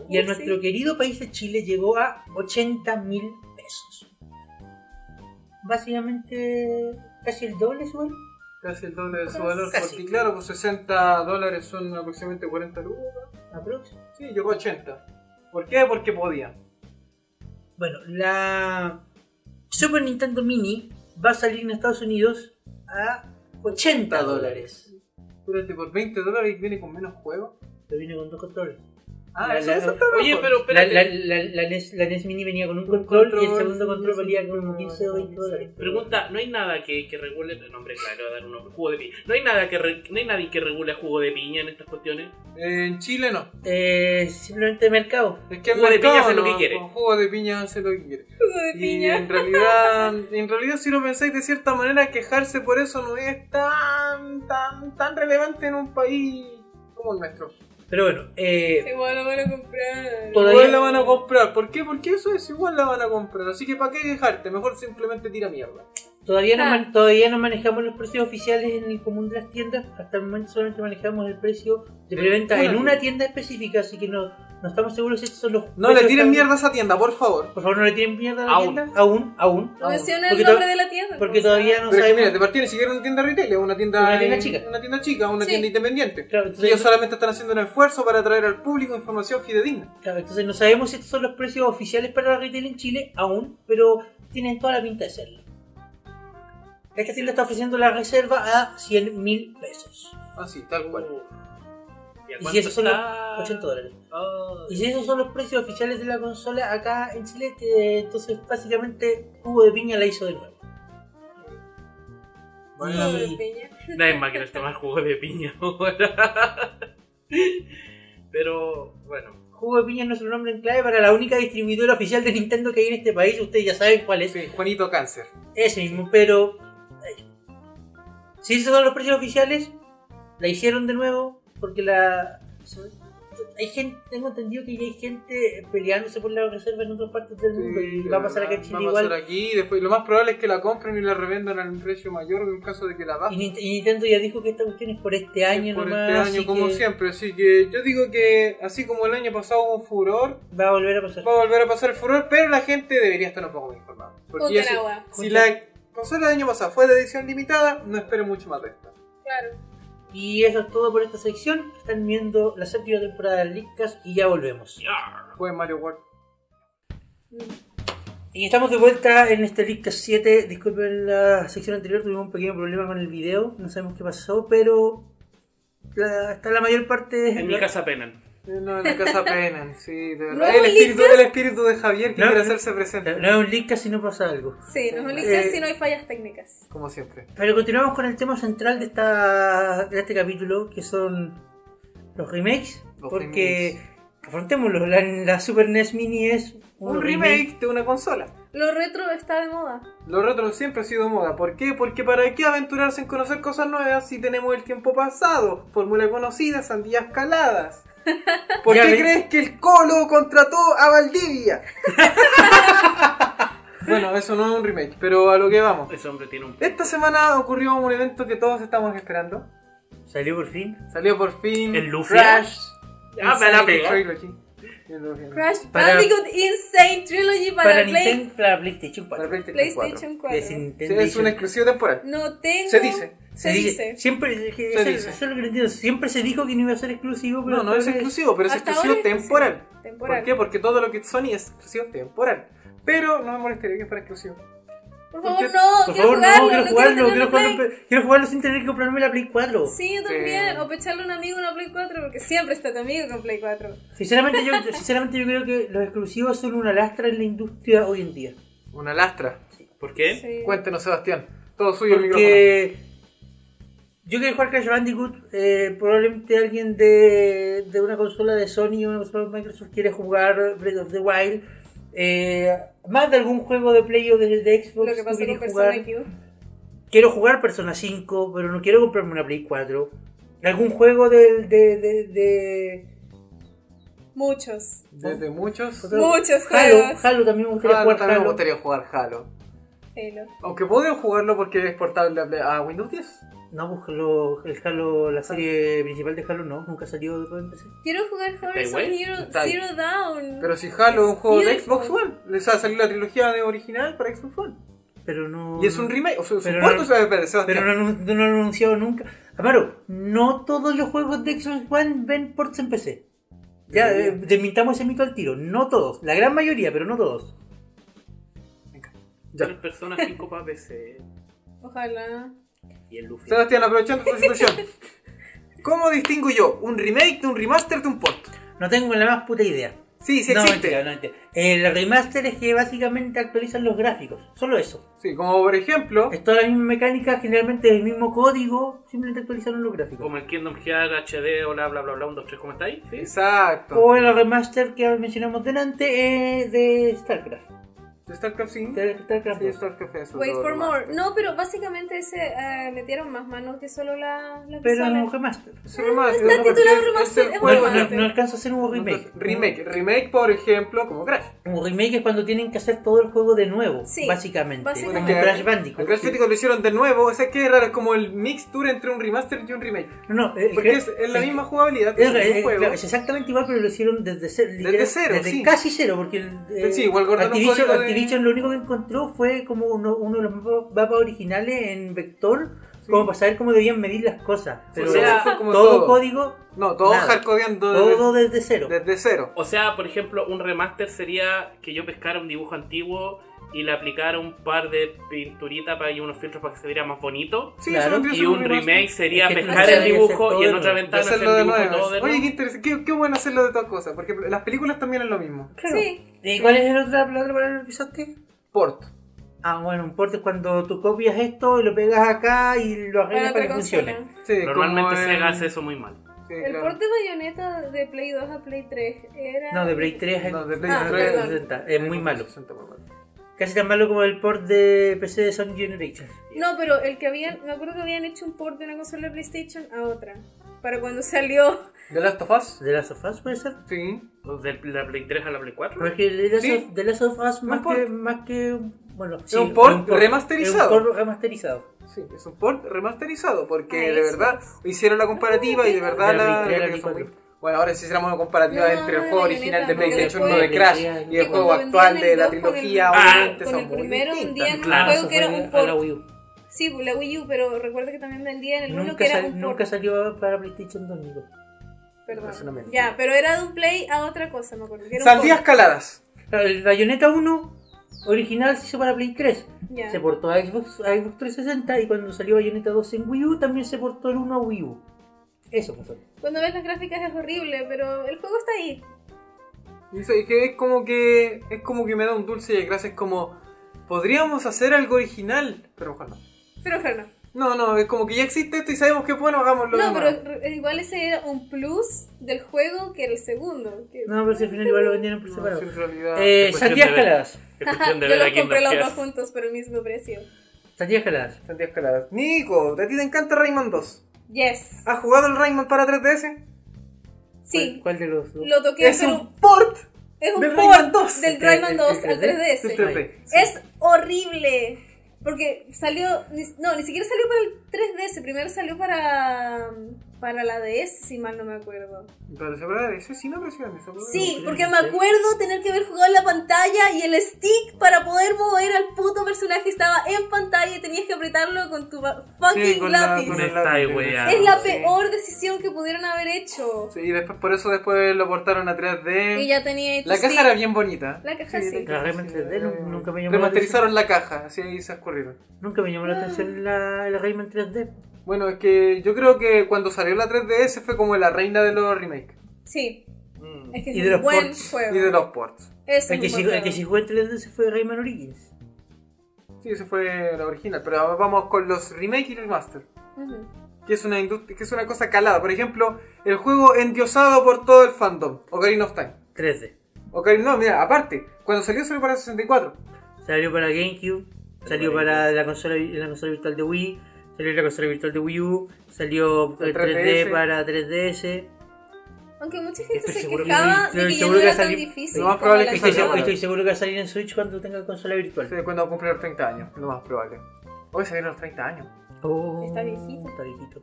Speaker 4: y a
Speaker 5: Sí.
Speaker 4: nuestro querido país de Chile llegó a 80 mil pesos. Básicamente casi el doble, ¿suel?
Speaker 2: Casi el doble de su
Speaker 5: Casi.
Speaker 2: valor, porque claro, pues 60 dólares son aproximadamente 40 lucas.
Speaker 4: aprox.
Speaker 2: Sí, llegó a 80. ¿Por qué? Porque podía.
Speaker 4: Bueno, la Super Nintendo Mini va a salir en Estados Unidos a 80 dólares.
Speaker 2: Espérate, por 20 dólares viene con menos juegos.
Speaker 4: Pero viene con dos controles.
Speaker 2: Ah,
Speaker 4: La-
Speaker 2: eso,
Speaker 4: la-
Speaker 2: eso está
Speaker 3: Oye,
Speaker 2: mejor.
Speaker 3: pero
Speaker 4: La,
Speaker 3: espérate,
Speaker 4: la, la, la, NES, la NES Mini venía con un control, y el
Speaker 2: control,
Speaker 4: segundo control
Speaker 2: sí,
Speaker 4: valía
Speaker 2: sí,
Speaker 4: como
Speaker 2: sí,
Speaker 4: 15 o 20
Speaker 2: sí.
Speaker 4: dólares.
Speaker 3: pregunta, ¿no hay nada que, que regule el nombre claro, a dar un jugo de piña? ¿No hay nada que re- no hay nadie que regule jugo de piña en estas cuestiones?
Speaker 2: En Chile no.
Speaker 4: Eh, simplemente mercado.
Speaker 2: Es que el
Speaker 3: Jugo de
Speaker 2: mercado
Speaker 3: piña hace lo
Speaker 2: no,
Speaker 3: que quiere.
Speaker 2: Con jugo de piña hace lo que quiere.
Speaker 5: Jugo de
Speaker 2: Y
Speaker 5: piña.
Speaker 2: en realidad, en realidad si lo pensáis de cierta manera, quejarse por eso no es tan, tan, tan relevante en un país como el nuestro.
Speaker 4: Pero bueno, eh,
Speaker 5: Igual lo van a comprar.
Speaker 4: Todavía-
Speaker 2: Igual la van a comprar. ¿Por qué? Porque eso es igual la van a comprar. Así que ¿para qué quejarte? Mejor simplemente tira mierda.
Speaker 4: todavía, no
Speaker 5: Ah.
Speaker 4: man- todavía no manejamos los precios oficiales en el común de las tiendas. Hasta el momento solamente manejamos el precio de
Speaker 2: De
Speaker 4: preventa
Speaker 2: una
Speaker 4: en una
Speaker 2: tienda.
Speaker 4: tienda específica, así que no, no estamos seguros si estos son los
Speaker 2: No le
Speaker 4: precios
Speaker 2: tiren
Speaker 4: que-
Speaker 2: mierda a esa tienda, por favor.
Speaker 4: Por favor, no le tiren mierda a la
Speaker 3: Aún.
Speaker 4: tienda. Aún, aún.
Speaker 5: No
Speaker 4: aún.
Speaker 5: menciona el
Speaker 4: Porque
Speaker 5: nombre
Speaker 4: to-
Speaker 5: de la tienda. por
Speaker 4: Porque
Speaker 5: favor.
Speaker 4: todavía no
Speaker 2: Pero es que mira,
Speaker 4: sabemos.
Speaker 2: de partida ni siquiera una tienda retail, es una tienda,
Speaker 4: Una tienda
Speaker 2: en-
Speaker 4: chica.
Speaker 2: Una tienda chica, una
Speaker 5: Sí.
Speaker 2: tienda independiente.
Speaker 4: Claro,
Speaker 2: Y ellos
Speaker 4: entonces,
Speaker 2: solamente están haciendo un esfuerzo para traer al público información fidedigna.
Speaker 4: claro, entonces no sabemos si estos son los precios oficiales para la retail en Chile, aún, pero tienen toda la pinta de serlo. Esta tienda está ofreciendo la reserva a 100 mil pesos.
Speaker 2: Así, Ah, tal cual.
Speaker 3: Uh, ¿Y a
Speaker 4: ¿Y si
Speaker 3: cuánto
Speaker 4: eso son los
Speaker 3: está?
Speaker 4: 80 dólares.
Speaker 3: Ay.
Speaker 4: Y si esos son los precios oficiales de la consola acá en Chile, te- entonces básicamente Cubo de Piña la hizo de nuevo.
Speaker 2: Vale
Speaker 5: Jugo
Speaker 2: la
Speaker 5: de
Speaker 4: Y-
Speaker 5: piña.
Speaker 3: Nadie más quiere tomar jugo de piña ahora. Pero bueno,
Speaker 4: Cubo de Piña es nuestro nombre en clave para la única distribuidora oficial de Nintendo que hay en este país. Ustedes ya saben cuál es.
Speaker 2: Sí, Juanito Cáncer.
Speaker 4: Ese mismo, pero. ay. Si esos son los precios oficiales, la hicieron de nuevo, porque la. Hay gente, tengo entendido que ya hay gente peleándose por la reserva en otras partes del mundo y va a pasar acá en Chile
Speaker 2: Va a
Speaker 4: igual.
Speaker 2: pasar aquí, y después lo más probable es que la compren y la revendan a un precio mayor en caso de que la
Speaker 4: Y
Speaker 2: bajen.
Speaker 4: Nint- y Nintendo ya dijo que esta cuestión es por este año
Speaker 2: por
Speaker 4: nomás.
Speaker 2: este
Speaker 4: así
Speaker 2: año, como
Speaker 4: que
Speaker 2: siempre. Así que yo digo que, así como el año pasado hubo un furor,
Speaker 4: Va a volver a pasar.
Speaker 2: va a volver a pasar el furor, pero la gente debería estar un poco más informada. Porque
Speaker 5: Punta
Speaker 2: ya
Speaker 5: en
Speaker 2: se-
Speaker 5: agua.
Speaker 2: si la consola del año pasado fue de edición limitada, no espero mucho más de esta.
Speaker 5: Claro.
Speaker 4: Y eso es todo por esta sección. Están viendo la séptima temporada del Leadcast y ya volvemos.
Speaker 3: ya.
Speaker 2: Fue Mario World.
Speaker 4: Y estamos de vuelta en este Leadcast 7. Disculpen la sección anterior, tuvimos un pequeño problema con el video, no sabemos qué pasó, pero la- está la mayor parte.
Speaker 3: en mi casa penan.
Speaker 2: Eh, No, en la casa penan, sí, de
Speaker 5: ¿No
Speaker 2: verdad.
Speaker 5: es
Speaker 2: El
Speaker 5: un
Speaker 2: espíritu, el espíritu de Javier que
Speaker 4: No,
Speaker 2: quiere
Speaker 4: no. Eh,
Speaker 2: hacerse presente.
Speaker 4: No es un Leadcast si no pasa algo.
Speaker 5: Sí, nos
Speaker 2: Eh,
Speaker 5: eligen si no hay fallas técnicas.
Speaker 2: Como siempre.
Speaker 4: Pero continuamos con el tema central de, esta, de este capítulo, que son los remakes,
Speaker 2: Los
Speaker 4: porque afrontémoslo, la, la Super NES Mini es
Speaker 2: Un remake de una consola.
Speaker 5: Lo retro está de moda.
Speaker 2: Lo retro siempre ha sido moda. ¿Por qué? Porque para qué aventurarse en conocer cosas nuevas si tenemos el tiempo pasado, fórmula conocida, sandías caladas. ¿Por
Speaker 4: Ya
Speaker 2: qué
Speaker 4: ves.
Speaker 2: crees que el Colo contrató a Valdivia? bueno, eso no es un remake, pero a lo que vamos.
Speaker 3: Ese hombre tiene un
Speaker 2: Esta semana ocurrió un evento que todos estamos esperando.
Speaker 4: Salió por fin.
Speaker 2: Salió por fin
Speaker 3: ¿El Luffy?
Speaker 2: Crash.
Speaker 3: Ah, me la
Speaker 2: Insane
Speaker 3: pegó.
Speaker 2: Trilogy. El Luffy, ¿no?
Speaker 5: Crash
Speaker 4: Para-
Speaker 5: Bandicoot Insane Trilogy para,
Speaker 4: Para,
Speaker 5: Play-
Speaker 4: Nintendo, para PlayStation
Speaker 2: Para
Speaker 4: 4.
Speaker 2: PlayStation 4.
Speaker 5: PlayStation 4.
Speaker 4: Es
Speaker 2: Sí, es un
Speaker 4: Nintendo.
Speaker 2: exclusivo temporal.
Speaker 5: No tengo.
Speaker 2: Se dice.
Speaker 5: Se dice.
Speaker 4: Siempre, que-
Speaker 2: Se
Speaker 4: eso-
Speaker 2: dice.
Speaker 4: eso es lo que no entiendo. Siempre se dijo que no iba a ser exclusivo, pero
Speaker 2: No, no es
Speaker 4: después-
Speaker 2: exclusivo, pero es
Speaker 5: Hasta
Speaker 2: exclusivo
Speaker 5: ahora es
Speaker 2: temporal.
Speaker 5: exclusivo. Temporal.
Speaker 2: ¿Por qué? Porque todo lo que es Sony es exclusivo temporal. Pero no me molestaría que fuera exclusivo.
Speaker 5: Por
Speaker 2: ¿Por
Speaker 5: favor,
Speaker 2: qué?
Speaker 5: no,
Speaker 4: Por
Speaker 5: quiero
Speaker 4: favor,
Speaker 5: jugarlo,
Speaker 4: no, quiero jugarlo, quiero jugarlo,
Speaker 5: Play.
Speaker 4: quiero jugarlo sin tener que comprarme la Play 4.
Speaker 5: Sí, yo también. O pecharle a un amigo una Play 4, porque siempre está tu amigo con Play 4.
Speaker 4: Sinceramente, yo, yo- sinceramente, yo creo que los exclusivos son una lastra en la industria hoy en día.
Speaker 2: Una lastra.
Speaker 3: ¿Por
Speaker 4: ¿Eh?
Speaker 3: qué?
Speaker 5: Sí.
Speaker 2: Cuéntenos, Sebastián. Todo suyo el micrófono.
Speaker 4: Porque yo quería jugar Crash Bandicoot. eh, probablemente alguien de, de una consola de Sony o una consola de Microsoft quiere jugar Breath of the Wild. eh, más de algún juego de Play o de, de Xbox.
Speaker 5: Lo que pasó
Speaker 4: tú
Speaker 5: con
Speaker 4: quieres
Speaker 5: Persona
Speaker 4: jugar.
Speaker 5: Q.
Speaker 4: Quiero jugar Persona 5, pero no quiero comprarme una Play 4. Algún juego del- de- de- de
Speaker 5: Muchos.
Speaker 2: Desde muchos.
Speaker 4: Otro-
Speaker 5: Muchos
Speaker 4: Halo,
Speaker 5: juegos.
Speaker 4: Halo también me gustaría
Speaker 2: Halo,
Speaker 4: jugar
Speaker 2: también me
Speaker 4: Halo.
Speaker 2: gustaría jugar Halo.
Speaker 5: Halo.
Speaker 2: Aunque puedo jugarlo porque es portable a Play- a Windows 10.
Speaker 4: No, pues Halo- el Halo, la serie principal de Halo no, nunca salió de de PC.
Speaker 5: Quiero jugar Horizon
Speaker 3: Taiwán?
Speaker 5: Zero,
Speaker 2: Tai-
Speaker 5: Zero Down.
Speaker 2: Pero si Halo es un juego de
Speaker 5: Beautiful.
Speaker 2: Xbox One, les ha salido la trilogía de original para Xbox One.
Speaker 4: Pero no.
Speaker 2: Y es un remake, o sea,
Speaker 4: Pero
Speaker 2: supuesto
Speaker 4: no-
Speaker 2: se va a ver, Sebastián.
Speaker 4: Pero no, anun- no lo han anunciado nunca. Amaro, no todos los juegos de Xbox One ven ports en PC. Ya, eh, desmintamos ese mito al tiro. No todos, la gran mayoría, pero no todos.
Speaker 2: Ya.
Speaker 3: Tres personas, cinco eh, para PC
Speaker 5: Ojalá.
Speaker 3: y el Luffy.
Speaker 2: Sebastián, aprovechando esta situación, ¿cómo distingo yo un remake de un remaster de un port?
Speaker 4: No tengo la más puta idea.
Speaker 2: Sí, sí
Speaker 4: no,
Speaker 2: existe.
Speaker 4: mentira, no, mentira. Eh, la remaster es que básicamente actualizan los gráficos. Solo eso.
Speaker 2: Sí, como por ejemplo,
Speaker 4: Es toda la misma mecánica, generalmente es el mismo código, simplemente actualizaron los gráficos.
Speaker 3: Como el Kingdom Hearts HD, hola, bla, bla, bla, un, dos, tres, ¿cómo estáis? Sí.
Speaker 2: exacto.
Speaker 4: O el remaster que mencionamos delante eh, de StarCraft.
Speaker 2: De StarCraft 5.
Speaker 4: De StarCraft
Speaker 2: Sí,
Speaker 4: 2.
Speaker 2: StarCraft es
Speaker 5: Wait
Speaker 2: otro
Speaker 5: for more.
Speaker 2: remaster.
Speaker 5: No, pero básicamente se eh, metieron más manos que solo la, la
Speaker 4: Pero
Speaker 5: pistola.
Speaker 4: no remaster.
Speaker 2: Es un remaster,
Speaker 5: Está
Speaker 2: ¿no?
Speaker 5: titulado
Speaker 2: Porque es-
Speaker 5: remaster,
Speaker 2: es el
Speaker 5: es
Speaker 4: No,
Speaker 5: un
Speaker 2: juego.
Speaker 4: no,
Speaker 5: remaster.
Speaker 4: no alcanza a ser un remake.
Speaker 2: Entonces, remake, remake por ejemplo, como Crash.
Speaker 4: Un remake es cuando tienen que hacer todo el juego de nuevo,
Speaker 5: Sí,
Speaker 4: básicamente.
Speaker 5: básicamente.
Speaker 4: Como
Speaker 2: Porque
Speaker 4: Crash
Speaker 2: El
Speaker 4: Bandicoot.
Speaker 2: Crash Bandicoot lo hicieron de nuevo, o sea que es raro, es como el mixture entre un remaster y un remake.
Speaker 4: No, no, eh,
Speaker 2: Porque
Speaker 4: Crash-
Speaker 2: es, es la
Speaker 4: eh,
Speaker 2: misma jugabilidad,
Speaker 4: Es,
Speaker 2: es el mismo
Speaker 4: eh,
Speaker 2: juego.
Speaker 4: claro, es exactamente igual, pero lo hicieron desde cero.
Speaker 2: Desde cero,
Speaker 4: desde
Speaker 2: sí.
Speaker 4: casi cero, porque el, eh,
Speaker 2: Sí, igual guardaron un
Speaker 4: Activision,
Speaker 2: código de-
Speaker 4: Activision lo único que encontró fue como uno, uno de los mapas, mapas originales en vector, como para saber cómo debían medir las cosas. Pero
Speaker 3: O sea,
Speaker 2: fue como
Speaker 4: todo, código,
Speaker 2: No, todo
Speaker 4: nada.
Speaker 2: hardcodeando desde-
Speaker 4: todo desde cero.
Speaker 2: desde cero.
Speaker 3: O sea, por ejemplo, un remaster sería que yo pescara un dibujo antiguo y le aplicara un par de pinturitas para y unos filtros para que se viera más bonito.
Speaker 2: Sí,
Speaker 4: Claro.
Speaker 2: eso vendría a ser
Speaker 3: Y un remake sería
Speaker 4: Es que
Speaker 3: pescar
Speaker 5: no
Speaker 3: el
Speaker 5: sé,
Speaker 4: hay que hacer
Speaker 3: dibujo
Speaker 4: todo
Speaker 3: y en
Speaker 4: de
Speaker 3: otra
Speaker 4: nuevo.
Speaker 3: ventana hacer
Speaker 2: hacerlo
Speaker 3: el
Speaker 2: de
Speaker 3: dibujo
Speaker 2: nuevo.
Speaker 3: todo
Speaker 2: Oye,
Speaker 3: de
Speaker 2: qué
Speaker 3: nuevo.
Speaker 2: interesante. Qué, qué bueno hacerlo de todas cosas. Porque las películas también es lo mismo.
Speaker 5: Sí.
Speaker 4: ¿Y cuál es el otra la otra palabra que usaste?
Speaker 2: Port.
Speaker 4: Ah, bueno, un port es cuando tú copias esto y lo pegas acá y lo
Speaker 5: Para
Speaker 4: arreglas para
Speaker 5: otra
Speaker 4: que
Speaker 5: consola.
Speaker 4: funcione.
Speaker 2: Sí,
Speaker 3: Normalmente
Speaker 2: como en-
Speaker 3: Sega hace eso muy mal.
Speaker 2: Sí,
Speaker 5: El
Speaker 2: claro.
Speaker 5: port de bayoneta de Play 2 a Play 3 era.
Speaker 4: No, de Break 3
Speaker 2: No, de Play
Speaker 5: Ah,
Speaker 2: 3.
Speaker 5: perdón.
Speaker 4: 360, es muy malo.
Speaker 2: 60 muy malo.
Speaker 4: Casi tan malo como el port de PC de Sony Generation.
Speaker 5: No, pero el que habían. Me acuerdo que habían hecho un port de una consola de PlayStation a otra. Para cuando salió.
Speaker 2: ¿The Last of Us?
Speaker 4: ¿De las sofás puede ser?
Speaker 2: Sí.
Speaker 3: O De la Play 3 a la Play 4.
Speaker 4: Pero es que The Last,
Speaker 2: Sí.
Speaker 4: of, The Last of Us más
Speaker 2: port.
Speaker 4: que, más que un- bueno,
Speaker 2: Es un port
Speaker 4: Es
Speaker 2: remasterizado.
Speaker 4: un port remasterizado.
Speaker 2: Sí, es un port remasterizado. Porque
Speaker 5: Ah,
Speaker 2: de
Speaker 5: eso.
Speaker 2: verdad hicieron la comparativa y de verdad
Speaker 4: De
Speaker 2: la.
Speaker 4: Play tres,
Speaker 2: la que son
Speaker 4: Play
Speaker 2: muy- Bueno, ahora si hiciéramos una comparativa
Speaker 5: No,
Speaker 2: entre el
Speaker 5: de
Speaker 2: juego
Speaker 5: Bayonetta,
Speaker 2: original de
Speaker 5: porque
Speaker 2: PlayStation 1 de
Speaker 5: después-
Speaker 2: Crash
Speaker 4: Que
Speaker 2: y el
Speaker 5: que
Speaker 2: juego
Speaker 5: cuando
Speaker 2: actual
Speaker 5: vendían
Speaker 2: de
Speaker 5: el
Speaker 2: la
Speaker 5: dos con el-
Speaker 2: trilogía,
Speaker 5: Ah,
Speaker 2: obviamente
Speaker 5: con
Speaker 2: son
Speaker 5: el
Speaker 2: muy
Speaker 5: primero
Speaker 2: distintas.
Speaker 5: vendían
Speaker 3: Claro,
Speaker 5: un juego
Speaker 4: Eso
Speaker 5: que era
Speaker 4: fue
Speaker 5: un
Speaker 4: a la
Speaker 5: port.
Speaker 4: Wii U.
Speaker 5: Sí, pues, la Wii U, pero recuerda que también vendían el uno
Speaker 4: Nunca,
Speaker 5: que era
Speaker 4: sal-
Speaker 5: un port.
Speaker 4: nunca salió para PlayStation 2, Nico.
Speaker 2: Es una
Speaker 5: Perdón.
Speaker 2: mentira.
Speaker 5: Ya, pero era de un Play a otra cosa, me acuerdo. que era un
Speaker 2: Saldías
Speaker 5: port.
Speaker 2: caladas.
Speaker 4: Claro, el Bayonetta 1 original se hizo para Play 3.
Speaker 5: Ya.
Speaker 4: Se portó a Xbox, a Xbox 360 y cuando salió Bayonetta 2 en Wii U también se portó el 1 a Wii U. Eso pasó.
Speaker 5: Cuando ves las gráficas es horrible, pero el juego está ahí.
Speaker 2: Y eso- es que es como que es como que me da un dulce de gracia, es como podríamos hacer algo original, pero ojalá no.
Speaker 5: Pero Fernando.
Speaker 2: No, no, es como que ya existe esto y sabemos que es bueno, hagámoslo.
Speaker 5: No,
Speaker 2: de nuevo.
Speaker 5: pero re- igual ese era un plus del juego que era el segundo. que-
Speaker 4: No, pero si al final igual lo vendieron por
Speaker 2: No,
Speaker 4: separado.
Speaker 2: sí, en realidad.
Speaker 4: eh,
Speaker 3: cuestión
Speaker 4: Santiago
Speaker 3: de ver.
Speaker 4: Caladas.
Speaker 3: Es cuestión de
Speaker 5: Yo
Speaker 3: ver
Speaker 5: los
Speaker 3: a Kingdom
Speaker 5: compré los dos
Speaker 3: Hearts.
Speaker 5: juntos por el mismo precio.
Speaker 4: Santiago Caladas.
Speaker 2: Santiago Escaladas. Nico, ¿a ti te encanta Rayman 2?
Speaker 5: Yes.
Speaker 2: ¿Has jugado el Rayman para 3DS?
Speaker 5: Sí,
Speaker 4: ¿Cuál, cuál de los dos?
Speaker 5: lo toqué,
Speaker 2: Es
Speaker 5: pero
Speaker 2: un port
Speaker 5: es un
Speaker 2: del
Speaker 5: port
Speaker 2: Rayman 2.
Speaker 5: del Rayman 2 al
Speaker 2: del
Speaker 5: 3DS.
Speaker 2: 3D.
Speaker 5: Es horrible. Porque salió. ni- No, ni siquiera salió para el 3DS. Primero salió para. um, Para la DS, si mal no me acuerdo.
Speaker 2: Pero se hablaba de eso, sí, no presión. se hablaba de-
Speaker 5: Sí, porque me acuerdo tener que haber jugado en la pantalla y el stick para poder mover al puto personaje que estaba en pantalla y tenías que apretarlo con tu ba- fucking
Speaker 2: Sí, con la-
Speaker 5: lápiz.
Speaker 2: con
Speaker 3: Me
Speaker 2: el
Speaker 3: estáis
Speaker 2: lápiz,
Speaker 3: weando.
Speaker 5: Es la
Speaker 2: sí.
Speaker 5: peor decisión que pudieron haber hecho.
Speaker 2: Sí, y después, por eso después lo portaron a 3D.
Speaker 5: Y ya tenía ahí tu
Speaker 2: La caja
Speaker 5: stick.
Speaker 2: era bien bonita.
Speaker 5: La caja sí.
Speaker 2: la
Speaker 4: Claro, Ah, realmente
Speaker 2: era
Speaker 4: 3D nu-
Speaker 2: bien bonita.
Speaker 4: nunca me llamó la
Speaker 2: Remasterizaron la caja, así ahí se escurrieron.
Speaker 4: Nunca me llamó la atención la, la Rayman 3D.
Speaker 2: Bueno, es que yo creo que cuando salió la 3DS fue como la reina de los remakes.
Speaker 5: Sí, es que
Speaker 4: Y
Speaker 5: es
Speaker 4: de
Speaker 5: un
Speaker 4: los
Speaker 5: buen
Speaker 4: ports,
Speaker 5: juego.
Speaker 2: Y de los ports.
Speaker 5: Ese
Speaker 4: El que,
Speaker 5: es un
Speaker 4: sí,
Speaker 5: buen
Speaker 4: el que sí
Speaker 5: juego.
Speaker 4: jugó en 3D se fue Rayman Origins.
Speaker 2: Sí, esa fue la original. Pero ahora vamos con los remakes y remaster.
Speaker 5: Ujú.
Speaker 2: Que es una industria, que es una cosa calada. Por ejemplo, el juego endiosado por todo el fandom. Ocarina of Time.
Speaker 4: 3D.
Speaker 2: Ocarina, no, mira, aparte, cuando salió salió para el 64.
Speaker 4: Salió para GameCube, salió para la consola, la consola virtual de Wii, salió la consola virtual de Wii U, salió
Speaker 2: El
Speaker 4: el
Speaker 2: 3DS.
Speaker 4: 3D para 3DS.
Speaker 5: Aunque mucha gente
Speaker 4: Estoy
Speaker 5: se
Speaker 4: seguro que-
Speaker 5: quejaba de
Speaker 4: estoy
Speaker 5: que ya no
Speaker 4: seguro que
Speaker 5: era tan
Speaker 4: salió-
Speaker 5: difícil.
Speaker 2: lo más
Speaker 5: como
Speaker 2: probable es
Speaker 5: la
Speaker 2: que
Speaker 4: Estoy,
Speaker 2: salió
Speaker 5: anterior.
Speaker 4: seguro,
Speaker 2: para-
Speaker 4: estoy seguro que va a salir en Switch cuando tenga consola virtual.
Speaker 2: Sí, cuando cumplió los 30 años, lo más probable. Hoy salieron los 30 años.
Speaker 4: Oh,
Speaker 5: Está viejito.
Speaker 4: Está viejito.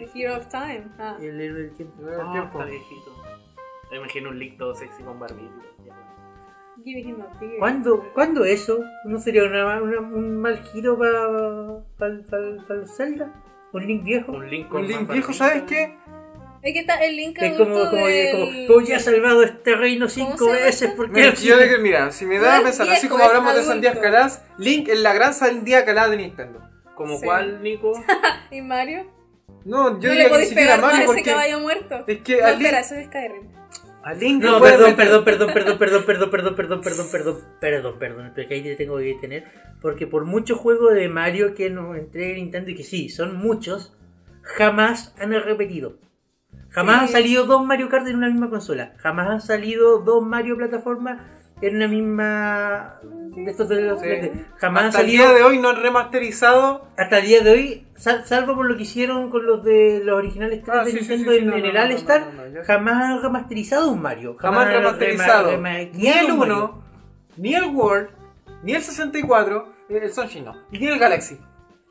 Speaker 5: The Hero of Time. Ah.
Speaker 4: El héroe del tiempo.
Speaker 2: No era el tiempo.
Speaker 3: está viejito. Me imagino un lick todo sexy con barbilla.
Speaker 5: Give him a beer.
Speaker 4: ¿Cuándo, ¿Cuándo eso? ¿No sería una- una- un mal giro para, para, para, para los Zelda? ¿Un Link viejo?
Speaker 3: Un link con
Speaker 2: Un link
Speaker 3: más
Speaker 2: viejo,
Speaker 3: barbilla.
Speaker 2: ¿sabes qué?
Speaker 5: Es que está el link
Speaker 4: Es
Speaker 5: adulto
Speaker 4: como, como,
Speaker 5: del...
Speaker 4: como, como ya he salvado este reino cinco
Speaker 5: se llama
Speaker 4: veces
Speaker 5: esto?
Speaker 4: porque
Speaker 2: Mira, yo de que- mira, si me da a
Speaker 5: No es
Speaker 2: pensar, así
Speaker 5: viejo,
Speaker 2: como
Speaker 5: es
Speaker 2: hablamos de
Speaker 5: adulto.
Speaker 2: sandías caladas, Link es la gran sandía calada de Nintendo.
Speaker 3: ¿Como
Speaker 5: Sí.
Speaker 3: cuál, Nico?
Speaker 5: ¿Y Mario?
Speaker 2: No, yo diría
Speaker 5: no le
Speaker 2: que ni
Speaker 5: podéis
Speaker 2: siquiera
Speaker 5: pegar más a
Speaker 2: Mario
Speaker 5: ese
Speaker 2: porque. eh,
Speaker 5: caballo muerto.
Speaker 2: Es que
Speaker 5: No,
Speaker 2: a Link,
Speaker 5: espera, eso es Skyrim.
Speaker 2: a Link
Speaker 4: No,
Speaker 2: le puede
Speaker 4: perdón,
Speaker 2: meter-
Speaker 4: perdón, perdón, perdón, perdón, perdón, perdón, perdón, perdón, perdón, perdón, perdón, pero que ahí te tengo que detener. Porque por mucho juego de Mario que nos entregue Nintendo, y que sí, son muchos, jamás han repetido. Jamás
Speaker 5: Sí.
Speaker 4: han salido dos Mario Kart en una misma consola. Jamás han salido dos Mario plataformas en una misma. de estos de los-
Speaker 2: Sí.
Speaker 4: de- Jamás han
Speaker 2: Hasta el
Speaker 4: salido.
Speaker 2: día de hoy no han remasterizado.
Speaker 4: Hasta el día de hoy, sal- salvo por lo que hicieron con los de los originales 3
Speaker 2: Ah,
Speaker 4: de
Speaker 2: sí, sí, sí,
Speaker 4: Nintendo
Speaker 2: sí,
Speaker 4: en,
Speaker 2: no,
Speaker 4: en
Speaker 2: no,
Speaker 4: el
Speaker 2: no, no,
Speaker 4: All-Star,
Speaker 2: no, no, yo sé.
Speaker 4: jamás han remasterizado un Mario.
Speaker 2: Jamás
Speaker 4: han
Speaker 2: remasterizado.
Speaker 4: rema- rema-
Speaker 2: Ni el
Speaker 4: un
Speaker 2: 1,
Speaker 4: Mario.
Speaker 2: ni el World, ni el 64, eh, el Sunshine no, ni el Galaxy.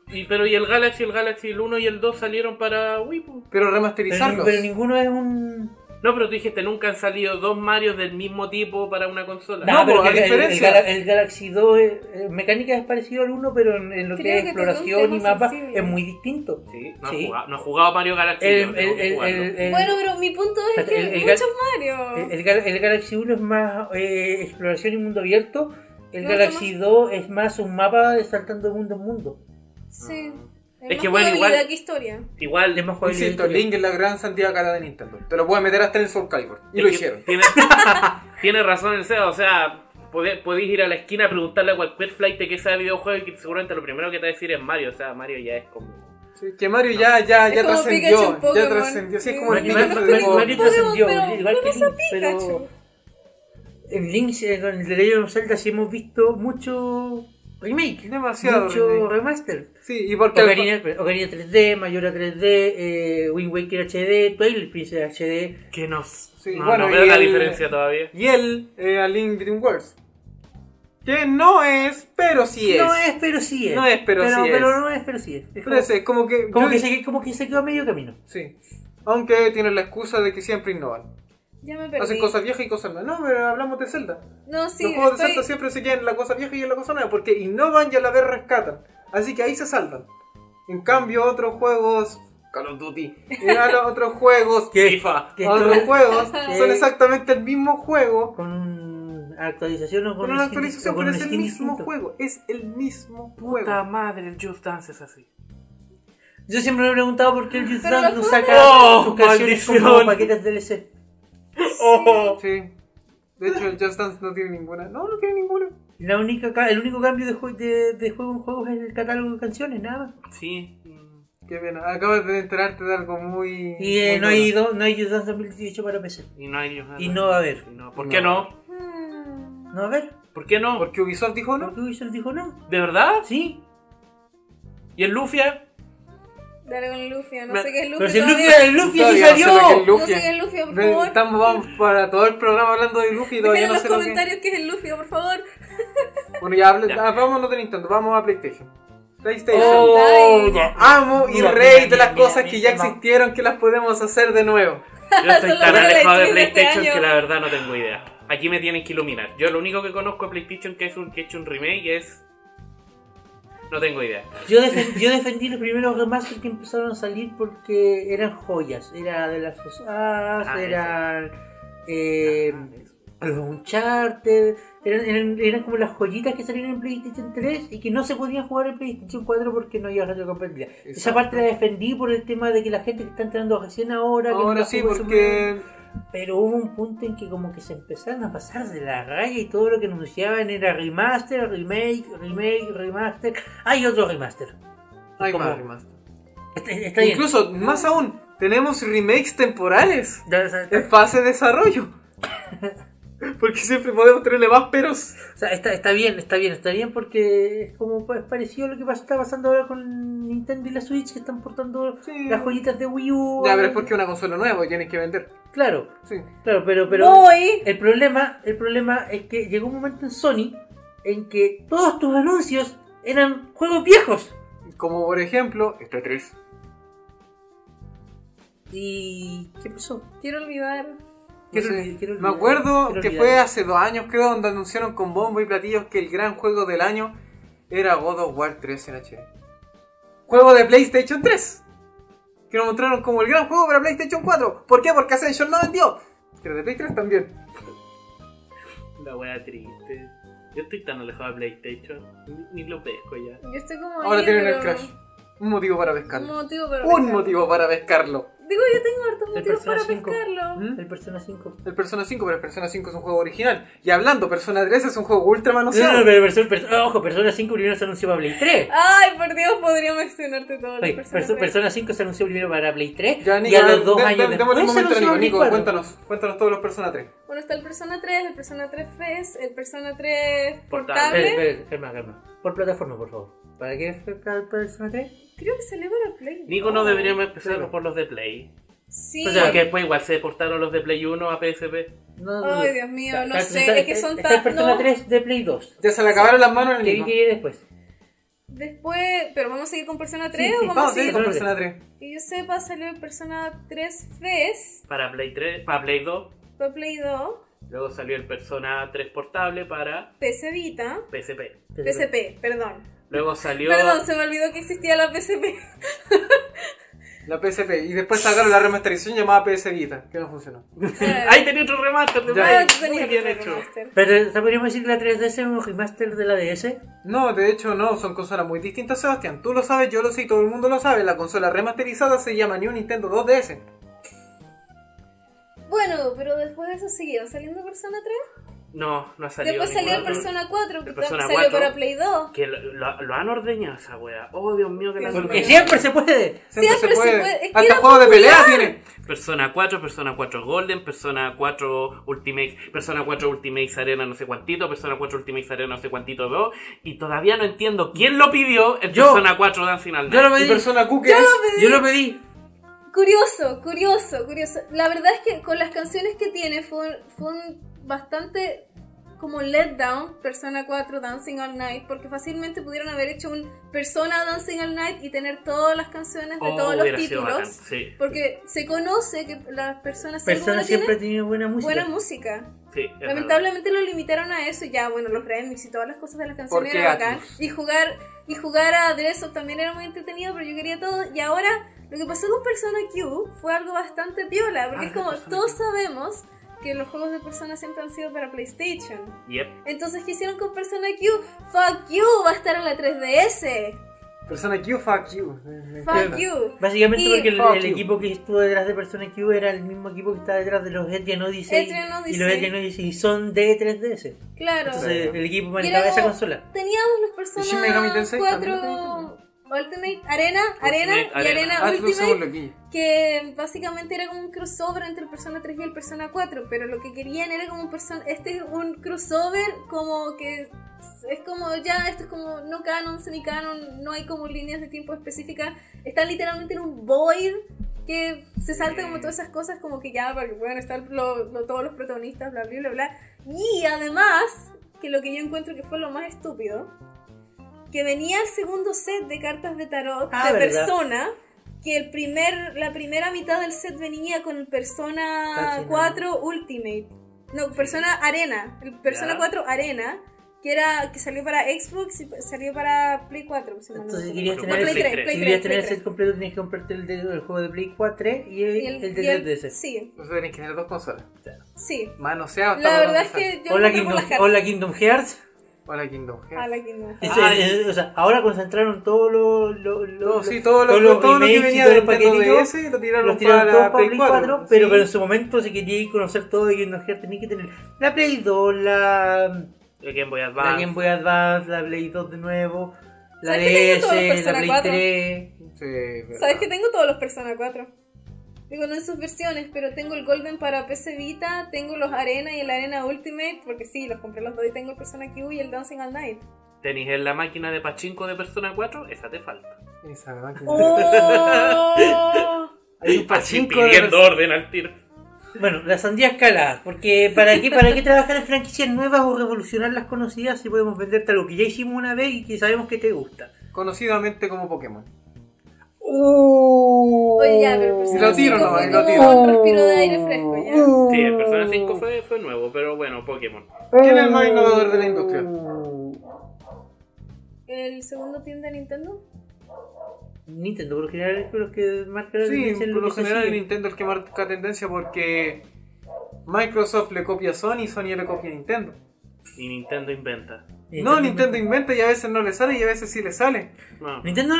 Speaker 3: Y, pero y el Galaxy, el Galaxy, el 1 y el 2 salieron para Wii. po.
Speaker 2: Pero
Speaker 4: Pero, ni-
Speaker 2: remasterizarlos.
Speaker 4: pero ninguno es un.
Speaker 3: No, pero tú dijiste, nunca han salido dos Marios del mismo tipo para una consola.
Speaker 2: No,
Speaker 4: pero
Speaker 2: po,
Speaker 4: que
Speaker 2: a
Speaker 4: el, el
Speaker 2: diferencia.
Speaker 4: Gala- el Galaxy 2, eh, eh, mecánica es parecido al 1, pero en, en lo que
Speaker 5: Creo
Speaker 4: es
Speaker 5: que
Speaker 4: exploración
Speaker 5: tocó
Speaker 4: y
Speaker 5: un tema
Speaker 4: mapa
Speaker 5: sensible.
Speaker 4: es muy distinto.
Speaker 3: Sí, no,
Speaker 4: Sí.
Speaker 3: Ha jugado, no ha jugado Mario Galaxy.
Speaker 4: El,
Speaker 3: yo tengo
Speaker 4: el-
Speaker 3: que
Speaker 4: el-
Speaker 3: jugarlo.
Speaker 4: el- el-
Speaker 5: Bueno, pero mi punto es
Speaker 4: Espérate,
Speaker 5: que
Speaker 4: el- el
Speaker 5: muchos
Speaker 4: el-
Speaker 2: eh,
Speaker 5: Mario.
Speaker 4: el Gal- el Galaxy 1 es más eh, exploración y mundo abierto. El
Speaker 5: No,
Speaker 4: Galaxy 2 es más un mapa de saltando de mundo en mundo.
Speaker 5: Sí.
Speaker 3: Es que bueno, igual-
Speaker 5: ¿Qué historia?
Speaker 3: Igual,
Speaker 4: Es más jugabilidad
Speaker 2: Insisto,
Speaker 4: historia.
Speaker 2: Link es la gran sandía cara de Nintendo. Te lo pueden meter hasta en el Soul Calibur. Y
Speaker 3: Es
Speaker 2: lo
Speaker 3: que
Speaker 2: hicieron.
Speaker 3: Tiene, tiene razón el SEA, o sea, pode- podéis ir a la esquina a preguntarle a cualquier flight que sabe videojuegos y que seguramente lo primero que te va a decir es Mario, o sea, Mario ya es como...
Speaker 2: Sí, que Mario ya, ya,
Speaker 5: Es
Speaker 2: ya
Speaker 5: como Pikachu
Speaker 2: trascendió.
Speaker 5: en
Speaker 2: Ya
Speaker 5: Pokémon.
Speaker 2: trascendió. Sí, es como el
Speaker 4: Mario,
Speaker 5: Pikachu
Speaker 2: Pikachu
Speaker 5: en
Speaker 2: de
Speaker 4: Mario-
Speaker 5: Pokémon.
Speaker 2: Pokémon.
Speaker 4: Mario trascendió,
Speaker 5: pero
Speaker 4: igual que
Speaker 5: con esa
Speaker 4: Link, pero
Speaker 5: Pikachu.
Speaker 4: en Link, eh, con The Legend of Zelda sí hemos visto mucho remake,
Speaker 2: Demasiado
Speaker 4: mucho
Speaker 2: remake.
Speaker 4: remaster.
Speaker 2: Sí, y porque.
Speaker 4: Ocarina, Ocarina 3D, Mayora 3D, eh, Wind Waker HD, Twilight Princess HD.
Speaker 3: Que nos...
Speaker 2: Sí,
Speaker 3: no,
Speaker 2: bueno,
Speaker 3: no veo
Speaker 2: y
Speaker 3: la
Speaker 2: el-
Speaker 3: diferencia todavía.
Speaker 2: Y él, eh, a Link Between Worlds. Que no es, pero sí es.
Speaker 4: No es, pero sí es.
Speaker 2: No es, pero sí es.
Speaker 4: Pero no es, pero sí es. Es
Speaker 2: Pero ese es como que.
Speaker 4: como, como
Speaker 2: yo
Speaker 4: que
Speaker 2: dije-
Speaker 4: se, como que se quedó a medio camino.
Speaker 2: Sí. Aunque tienen la excusa de que siempre innovan.
Speaker 5: Ya me perdí.
Speaker 2: Hacen cosas viejas y cosas nuevas. No, pero hablamos de Zelda.
Speaker 5: No, sí,
Speaker 2: Los juegos de
Speaker 5: estoy...
Speaker 2: Zelda siempre se quedan en la cosa vieja y en la cosa nueva porque innovan y a la vez rescatan. Así que ahí se salvan. En cambio, otros juegos. Call of Duty. eh, a los otros juegos.
Speaker 4: ¿Qué?
Speaker 2: FIFA.
Speaker 4: ¿Qué?
Speaker 2: Otros juegos
Speaker 5: ¿Qué?
Speaker 2: son exactamente el mismo juego.
Speaker 4: Con una actualización o con
Speaker 2: Con una
Speaker 4: un skin- o
Speaker 2: actualización,
Speaker 4: con
Speaker 2: pero
Speaker 4: un
Speaker 2: es el
Speaker 4: skin
Speaker 2: mismo
Speaker 4: distinto.
Speaker 2: juego. Es el mismo
Speaker 3: Puta
Speaker 2: juego.
Speaker 3: madre, el Just Dance es así.
Speaker 4: Yo siempre me he preguntado por qué el Just
Speaker 5: Pero
Speaker 4: Dance
Speaker 5: lo
Speaker 4: no saca
Speaker 3: juego-
Speaker 4: sus
Speaker 3: ¡Oh,
Speaker 4: canciones como
Speaker 3: maldición!
Speaker 4: paquetes DLC.
Speaker 2: Sí. De hecho, el Just Dance no tiene ninguna. No, no tiene ninguna.
Speaker 4: La única, ca- el único cambio de, jue- de, de juego en juego es el catálogo de canciones, nada más.
Speaker 3: Sí. mm.
Speaker 2: Qué pena. Acabas de enterarte de algo muy.
Speaker 4: Y eh,
Speaker 2: muy
Speaker 4: no, hay
Speaker 2: duro.
Speaker 4: do- no hay Just Dance 2018 para PC.
Speaker 3: Y no hay... Just Dance.
Speaker 4: Y no va a haber.
Speaker 3: Y no. ¿Por
Speaker 2: No.
Speaker 3: qué no?
Speaker 5: Ah.
Speaker 4: No, a ver,
Speaker 3: ¿Por qué no?
Speaker 2: Porque Ubisoft dijo no.
Speaker 4: porque Ubisoft dijo no.
Speaker 3: ¿De verdad?
Speaker 4: Sí,
Speaker 3: ¿Y el Lufia?
Speaker 5: Dale con Luffy, no
Speaker 3: Me-
Speaker 5: sé qué es Luffy
Speaker 4: pero si el Luffy,
Speaker 5: todavía.
Speaker 4: el Luffy sí
Speaker 2: Todavía no sé
Speaker 4: salió.
Speaker 2: lo que es
Speaker 5: No
Speaker 2: Luffy.
Speaker 5: sé qué es Luffy, por
Speaker 2: Ve-
Speaker 5: favor.
Speaker 2: Estamos vamos para todo el programa hablando de Luffy y
Speaker 5: Dejen
Speaker 2: todavía
Speaker 5: en
Speaker 2: no
Speaker 5: los
Speaker 2: sé lo que
Speaker 5: comentarios qué es el Luffy, por favor.
Speaker 2: Bueno, ya, hable,
Speaker 3: Ya.
Speaker 2: ah, vámonos de Nintendo, vamos a PlayStation. PlayStation.
Speaker 5: Oh,
Speaker 2: Amo y
Speaker 6: Mira,
Speaker 2: rey
Speaker 6: mira,
Speaker 2: de las
Speaker 6: mira,
Speaker 2: cosas
Speaker 6: mira,
Speaker 2: que ya
Speaker 6: mira.
Speaker 2: existieron que las podemos hacer de nuevo.
Speaker 3: Yo estoy
Speaker 5: Solo
Speaker 3: tan
Speaker 5: para la
Speaker 3: alejado de
Speaker 5: Chile este
Speaker 3: PlayStation
Speaker 5: año.
Speaker 3: que la verdad no tengo idea. Aquí me tienen que iluminar. Yo lo único que conozco de PlayStation que es un, que ha hecho un remake es. No tengo idea.
Speaker 4: Yo, defen- yo defendí los primeros remasters que empezaron a salir porque eran joyas. Era de las cosas,
Speaker 2: Ah,
Speaker 6: eso.
Speaker 4: eran eh, los Uncharted, eran, eran, eran como las joyitas que salieron en PlayStation 3 y que no se podían jugar en PlayStation 4 porque no había retrocompatibilidad. Esa
Speaker 2: Exacto.
Speaker 4: parte la defendí por el tema de que la gente que está entrando recién ahora... que
Speaker 2: Ahora
Speaker 4: nunca
Speaker 2: sí,
Speaker 4: jugó ese juego.
Speaker 2: porque
Speaker 4: Pero hubo un punto en que como que se empezaron a pasar de la raya y todo lo que anunciaban era remaster, remake, remake, remaster. Hay otro remaster.
Speaker 2: hay
Speaker 4: Como-
Speaker 2: más remaster.
Speaker 4: Está, está bien.
Speaker 2: Incluso, más aún, tenemos remakes temporales
Speaker 4: Ya, o sea,
Speaker 2: en fase de desarrollo. Porque siempre podemos tenerle más peros.
Speaker 4: o sea, está, está bien, está bien, está bien porque es como pa- parecido a lo que pas- está pasando ahora con Nintendo y la Switch que están portando
Speaker 2: Sí.
Speaker 4: las joyitas de Wii U.
Speaker 2: Ya, pero es porque es una consola nueva y tienes que vender.
Speaker 4: Claro,
Speaker 2: Sí.
Speaker 4: claro, pero, pero
Speaker 5: Voy.
Speaker 4: el problema, el problema es que llegó un momento en Sony en que todos tus anuncios eran juegos viejos.
Speaker 2: Como por ejemplo, este 3.
Speaker 4: ¿Y qué pasó?
Speaker 5: Quiero olvidar.
Speaker 4: Quiero olvi- quiero
Speaker 2: Me
Speaker 4: olvidar-
Speaker 2: acuerdo
Speaker 4: quiero
Speaker 2: que
Speaker 4: olvidar.
Speaker 2: fue hace dos años, creo, donde anunciaron con bombo y platillos que el gran juego del año era God of War 3 en HD. Juego de PlayStation 3. Que lo mostraron como el gran juego para PlayStation 4. ¿Por qué? Porque Ascension no vendió. Pero de Play 3 también.
Speaker 3: La wea triste. Yo estoy tan alejado de PlayStation. Ni, ni lo pesco ya.
Speaker 5: Yo estoy como.
Speaker 2: Ahora
Speaker 5: ahí,
Speaker 2: tienen el
Speaker 5: pero-
Speaker 2: Crash. Un motivo para
Speaker 5: Un
Speaker 2: pescarlo.
Speaker 5: motivo para.
Speaker 2: Un
Speaker 5: pescarlo.
Speaker 2: motivo para pescarlo.
Speaker 5: Digo, yo tengo hartos
Speaker 4: El
Speaker 5: motivos para
Speaker 4: Persona 5.
Speaker 5: pescarlo.
Speaker 2: ¿Mm?
Speaker 4: El Persona 5.
Speaker 2: El Persona 5, pero el Persona 5 es un juego original. Y hablando, Persona 3 es un juego ultra manoseado.
Speaker 4: No, no, pero Persona- Persona- ojo, Persona 5 primero se anunció para Play 3.
Speaker 5: Ay, por Dios, podría mencionarte todo.
Speaker 4: Oye, Perso- Persona 5 se anunció primero para Play 3
Speaker 2: Ya,
Speaker 4: y
Speaker 2: Nico,
Speaker 4: a los dos
Speaker 2: de- de-
Speaker 4: años
Speaker 2: démosle
Speaker 4: después
Speaker 2: un
Speaker 4: se
Speaker 2: momento, Nico.
Speaker 4: anunció para Play
Speaker 2: Nico,
Speaker 4: 4.
Speaker 2: cuéntanos, cuéntanos todos los Persona 3.
Speaker 5: Bueno, está el Persona 3, el Persona 3 FES, el Persona 3
Speaker 3: Portable.
Speaker 5: portable.
Speaker 4: Espera, espera, calma, calma. Por plataforma, por favor. ¿Para qué fue para Persona 3?
Speaker 5: Creo que salió para Play.
Speaker 3: Nico, no deberíamos empezar
Speaker 4: Claro.
Speaker 3: por los de Play.
Speaker 5: Sí.
Speaker 4: O sea,
Speaker 3: Porque después igual se deportaron los de Play 1 a PSP.
Speaker 4: No, no,
Speaker 5: Ay,
Speaker 4: no.
Speaker 5: Dios mío,
Speaker 4: Está-
Speaker 5: no
Speaker 4: está-
Speaker 5: sé.
Speaker 4: está-
Speaker 5: Es que son
Speaker 4: Está el
Speaker 5: tan.
Speaker 4: Persona
Speaker 5: No.
Speaker 4: 3 de Play 2.
Speaker 2: Ya se le acabaron las manos al
Speaker 4: Que vi
Speaker 2: Nico.
Speaker 4: que llegue después.
Speaker 5: Después. Pero vamos a seguir con Persona 3
Speaker 4: Sí,
Speaker 5: o
Speaker 4: sí,
Speaker 5: vamos
Speaker 2: Vamos,
Speaker 5: a
Speaker 2: sí,
Speaker 5: seguir.
Speaker 2: con Persona 3.
Speaker 5: Que yo sepa, salió el Persona 3 FES
Speaker 3: Para Play 3, para Play 2.
Speaker 5: para Play 2,
Speaker 3: Luego salió el Persona 3 portable para
Speaker 5: PC Vita,
Speaker 3: PSP.
Speaker 5: PSP, perdón.
Speaker 3: Luego salió.
Speaker 5: Perdón, se me olvidó que existía la PSP.
Speaker 2: La PSP. Y después sacaron la remasterización llamada PS Vita, que no funcionó.
Speaker 3: Ahí tenía otro remaster
Speaker 2: Ya.
Speaker 3: de Play.
Speaker 5: Ah, tenía
Speaker 3: Muy
Speaker 5: que
Speaker 3: bien
Speaker 5: tener
Speaker 3: hecho.
Speaker 5: remaster.
Speaker 4: Pero ¿se podríamos decir que la 3DS es un remaster de la DS?
Speaker 2: No, de hecho no, son consolas muy distintas, Sebastián. Tú lo sabes, yo lo sé y todo el mundo lo sabe. La consola remasterizada se llama New Nintendo 2DS.
Speaker 5: Bueno, pero después de eso siguió saliendo Persona 3.
Speaker 3: No, no ha salido.
Speaker 5: Después salió el
Speaker 3: ninguno.
Speaker 5: Persona 4, que
Speaker 3: El Persona
Speaker 5: salió
Speaker 3: 4.
Speaker 5: para Play 2.
Speaker 3: Que lo, lo- lo han ordeñado esa wea. Oh, Dios mío, que la
Speaker 5: Dios
Speaker 3: han
Speaker 4: Porque
Speaker 5: mío.
Speaker 3: ordeñado.
Speaker 4: siempre se puede.
Speaker 2: Siempre,
Speaker 5: Siempre
Speaker 2: se puede.
Speaker 5: se puede, es que
Speaker 2: Hasta
Speaker 5: era
Speaker 2: juego de
Speaker 5: popular.
Speaker 2: pelea tiene.
Speaker 3: Persona 4, Persona 4 Golden, Persona 4 Ultimate, Persona 4 Ultimate Arena no sé cuántito, Persona 4 Ultimate Arena no sé cuántito 2, y todavía no entiendo quién lo pidió el
Speaker 4: Yo.
Speaker 3: Persona 4 Dancing All
Speaker 4: Yo
Speaker 3: Night.
Speaker 4: lo
Speaker 2: Y
Speaker 4: pedí.
Speaker 2: Persona Q que es.
Speaker 4: Yo lo pedí.
Speaker 5: Curioso, curioso, curioso. La verdad es que con las canciones que tiene fue un, fue un bastante como letdown Persona 4 Dancing All Night, porque fácilmente pudieron haber hecho un Persona Dancing All Night y tener todas las canciones de
Speaker 3: Oh,
Speaker 5: todos los
Speaker 3: hubiera sido bacán,
Speaker 5: títulos.
Speaker 3: Sí,
Speaker 5: Porque se conoce que las personas
Speaker 4: Persona
Speaker 5: según tienen
Speaker 4: siempre ha tenido buena música.
Speaker 5: buena música.
Speaker 3: sí. es
Speaker 5: Lamentablemente lo limitaron a eso, y ya bueno, los remix y todas las cosas de las canciones
Speaker 2: Porque
Speaker 5: eran bacán.
Speaker 2: Atlus.
Speaker 5: Y jugar, y jugar a Dress Up también era muy entretenido, pero yo quería todo. Y ahora, lo que pasó con Persona Q fue algo bastante piola, porque
Speaker 3: Ah,
Speaker 5: es como
Speaker 3: Persona
Speaker 5: todos
Speaker 3: Q.
Speaker 5: sabemos que los juegos de Persona siempre han sido para PlayStation.
Speaker 3: verdad. Yep.
Speaker 5: Entonces, ¿qué hicieron con Persona Q? Fuck you, va a estar en la 3DS.
Speaker 2: Persona Q, fuck you. Me- me
Speaker 5: Fuck
Speaker 2: encanta.
Speaker 5: you.
Speaker 4: Básicamente
Speaker 5: Y-
Speaker 4: porque el,
Speaker 2: Fuck
Speaker 4: el
Speaker 2: you.
Speaker 4: equipo que estuvo detrás de Persona Q era el mismo equipo que está detrás de los Etian Odyssey.
Speaker 5: Etrian
Speaker 4: Y
Speaker 5: Odyssey.
Speaker 4: los Etian Odyssey son de 3DS.
Speaker 5: Claro.
Speaker 4: Entonces el equipo
Speaker 5: Y
Speaker 4: manejaba
Speaker 5: era
Speaker 4: esa
Speaker 5: como-
Speaker 4: consola.
Speaker 5: Teníamos los
Speaker 2: ¿Y Shin Megami
Speaker 5: Persona
Speaker 2: Tensei?
Speaker 5: 4 Ultimate Arena, Arena
Speaker 3: Ultimate
Speaker 5: y
Speaker 3: Arena.
Speaker 5: Arena
Speaker 2: Ah, tú
Speaker 5: Ultimate.
Speaker 2: según lo que-
Speaker 5: que básicamente era como un crossover entre el Persona 3 y el Persona 4, pero lo que querían era como un Persona, este es un crossover como que es como ya, esto es como no canon, semi canon, no hay como líneas de tiempo específicas, están literalmente en un void que se salta como todas esas cosas como que ya, porque bueno, están lo- lo- todos los protagonistas, bla, bla, bla, bla. Y además, que lo que yo encuentro que fue lo más estúpido, que venía el segundo set de cartas de tarot
Speaker 4: Ah,
Speaker 5: de
Speaker 4: ¿verdad?
Speaker 5: persona. Que el primer, la primera mitad del set venía con el
Speaker 4: Está
Speaker 5: Persona
Speaker 4: genial.
Speaker 5: 4 Ultimate. No, Persona Arena. El Persona
Speaker 3: Ya.
Speaker 5: 4 Arena. Que era que salió para Xbox y salió para Play 4. si mal no
Speaker 4: Entonces, si
Speaker 5: recuerdo.
Speaker 4: querías
Speaker 3: Play
Speaker 4: tener,
Speaker 3: tres,
Speaker 4: el,
Speaker 3: Play
Speaker 4: si
Speaker 3: tres,
Speaker 5: Play
Speaker 4: querías
Speaker 5: tres,
Speaker 4: tener el
Speaker 5: Play
Speaker 4: set completo, tenías que comprarte el, de- el juego de Play 4 3 y el,
Speaker 5: Y el-
Speaker 4: el
Speaker 5: y el-
Speaker 4: de 3DS.
Speaker 5: Sí,
Speaker 2: Entonces tenés que tener dos consolas.
Speaker 5: sí.
Speaker 2: Manoseado.
Speaker 5: La
Speaker 2: estamos
Speaker 5: verdad es
Speaker 2: dando sal.
Speaker 5: que yo encontré por
Speaker 4: Hola, Kingdom,
Speaker 5: las cartas.
Speaker 4: hola Kingdom Hearts.
Speaker 2: Hola, Kingdom Hearts.
Speaker 5: Hola, Kingdom Hearts.
Speaker 4: Es-
Speaker 2: Ah,
Speaker 3: Ay.
Speaker 4: es- o sea, ahora concentraron todo lo, lo, lo-
Speaker 2: Todo,
Speaker 4: lo-
Speaker 2: sí, todo lo,
Speaker 4: todos los
Speaker 2: todo lo que
Speaker 4: remakes y
Speaker 2: venía
Speaker 4: todos
Speaker 2: del
Speaker 4: los
Speaker 2: Nintendo
Speaker 4: paquetitos,
Speaker 2: DS lo tiraron,
Speaker 4: Los tiraron
Speaker 2: para,
Speaker 4: todos
Speaker 2: la
Speaker 4: para Play 4, pero, pero en su momento si quería ir conocer todo de Kingdom Hearts tenía que tener la Play 2, la,
Speaker 3: El Game Boy
Speaker 4: la
Speaker 3: Advance.
Speaker 4: Game Boy Advance, la Play 2 de nuevo, la
Speaker 5: ¿Sabes que tengo todos los
Speaker 4: DS, la
Speaker 5: Persona
Speaker 4: Play
Speaker 5: 4?
Speaker 4: 3.
Speaker 2: Sí,
Speaker 5: ¿Sabes que tengo todos los Persona 4? Digo, no en sus versiones, pero tengo el Golden para PC Vita, tengo los Arena y el Arena Ultimate, porque sí, los compré los dos y tengo el Persona Q y el Dancing All Night.
Speaker 3: ¿Tenéis en la máquina de pachinko de Persona 4? Esa te falta.
Speaker 2: tengo. Esa verdad
Speaker 4: Uh.
Speaker 2: que-
Speaker 5: ¡Oh!
Speaker 2: Hay un
Speaker 3: Así
Speaker 2: pachinko de
Speaker 3: pidiendo
Speaker 2: versión-
Speaker 3: orden al tiro.
Speaker 4: Bueno, la sandía escalada, porque ¿para qué, ¿para qué trabajar en franquicias nuevas o revolucionar las conocidas si podemos venderte algo que ya hicimos una vez y que sabemos que te gusta?
Speaker 2: Conocidamente como Pokémon.
Speaker 4: Uh.
Speaker 5: Oye, ya, pero pues el Persona
Speaker 2: Lo tiro
Speaker 5: 5
Speaker 2: nomás,
Speaker 5: fue
Speaker 2: lo
Speaker 5: como
Speaker 2: tiro.
Speaker 5: un respiro de aire fresco, ya.
Speaker 3: Sí, el Persona 5 fue, fue nuevo, pero bueno, Pokémon.
Speaker 2: ¿Quién es el
Speaker 6: Oh.
Speaker 2: más innovador de la industria?
Speaker 4: Uh.
Speaker 5: ¿El segundo team de Nintendo?
Speaker 4: Nintendo, por lo general, es los que marcan la
Speaker 2: Sí,
Speaker 4: tendencia en
Speaker 2: por lo
Speaker 4: que se
Speaker 2: general
Speaker 4: sigue.
Speaker 2: Nintendo es el que marca tendencia porque Microsoft le copia a Sony y Sony le copia a Nintendo.
Speaker 3: Y Nintendo inventa.
Speaker 2: No, Nintendo inventa y a veces no le sale y a veces sí le sale.
Speaker 3: No.
Speaker 4: Nintendo, a,